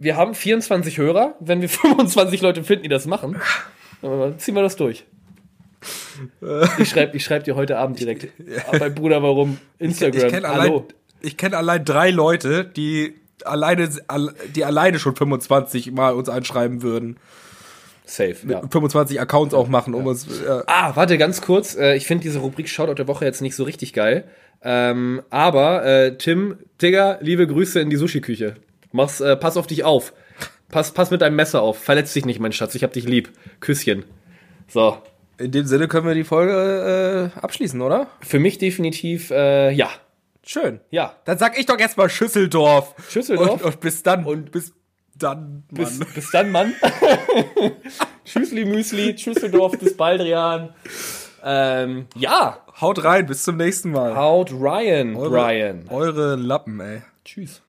B: wir haben 24 Hörer, wenn wir <laughs> 25 Leute finden, die das machen, dann ziehen wir das durch.
A: <laughs>
B: Ich schreibe ich schreib dir heute Abend direkt bei Bruder Warum Instagram.
A: Ich kenne allein,
B: Hallo.
A: ich kenn allein drei Leute, die alleine, al- die alleine schon 25 Mal uns anschreiben würden.
B: Safe. Ja.
A: 25 Accounts auch machen, um uns. Äh,
B: Ah, warte, ganz kurz. Äh, ich finde diese Rubrik Shoutout der Woche jetzt nicht so richtig geil. Ähm, aber äh, Tim, Digga, liebe Grüße in die Sushi-Küche. Mach's, äh, pass auf dich auf. Pass, pass mit deinem Messer auf. Verletz dich nicht, mein Schatz. Ich hab dich lieb. Küsschen. So.
A: in dem Sinne können wir die Folge äh, abschließen, oder?
B: Für mich definitiv, äh, ja.
A: Schön.
B: Ja.
A: Dann sag ich doch erstmal Schüsseldorf.
B: Schüsseldorf?
A: Und, und bis dann.
B: Und-
A: bis dann. Mann.
B: Bis, bis dann, Mann. <laughs> Tschüssli Müsli, Tschüsseldorf, bis Baldrian. Ähm, ja.
A: Haut rein, bis zum nächsten Mal.
B: Haut Ryan,
A: Eure-
B: Brian.
A: Eure Lappen, ey.
B: Tschüss.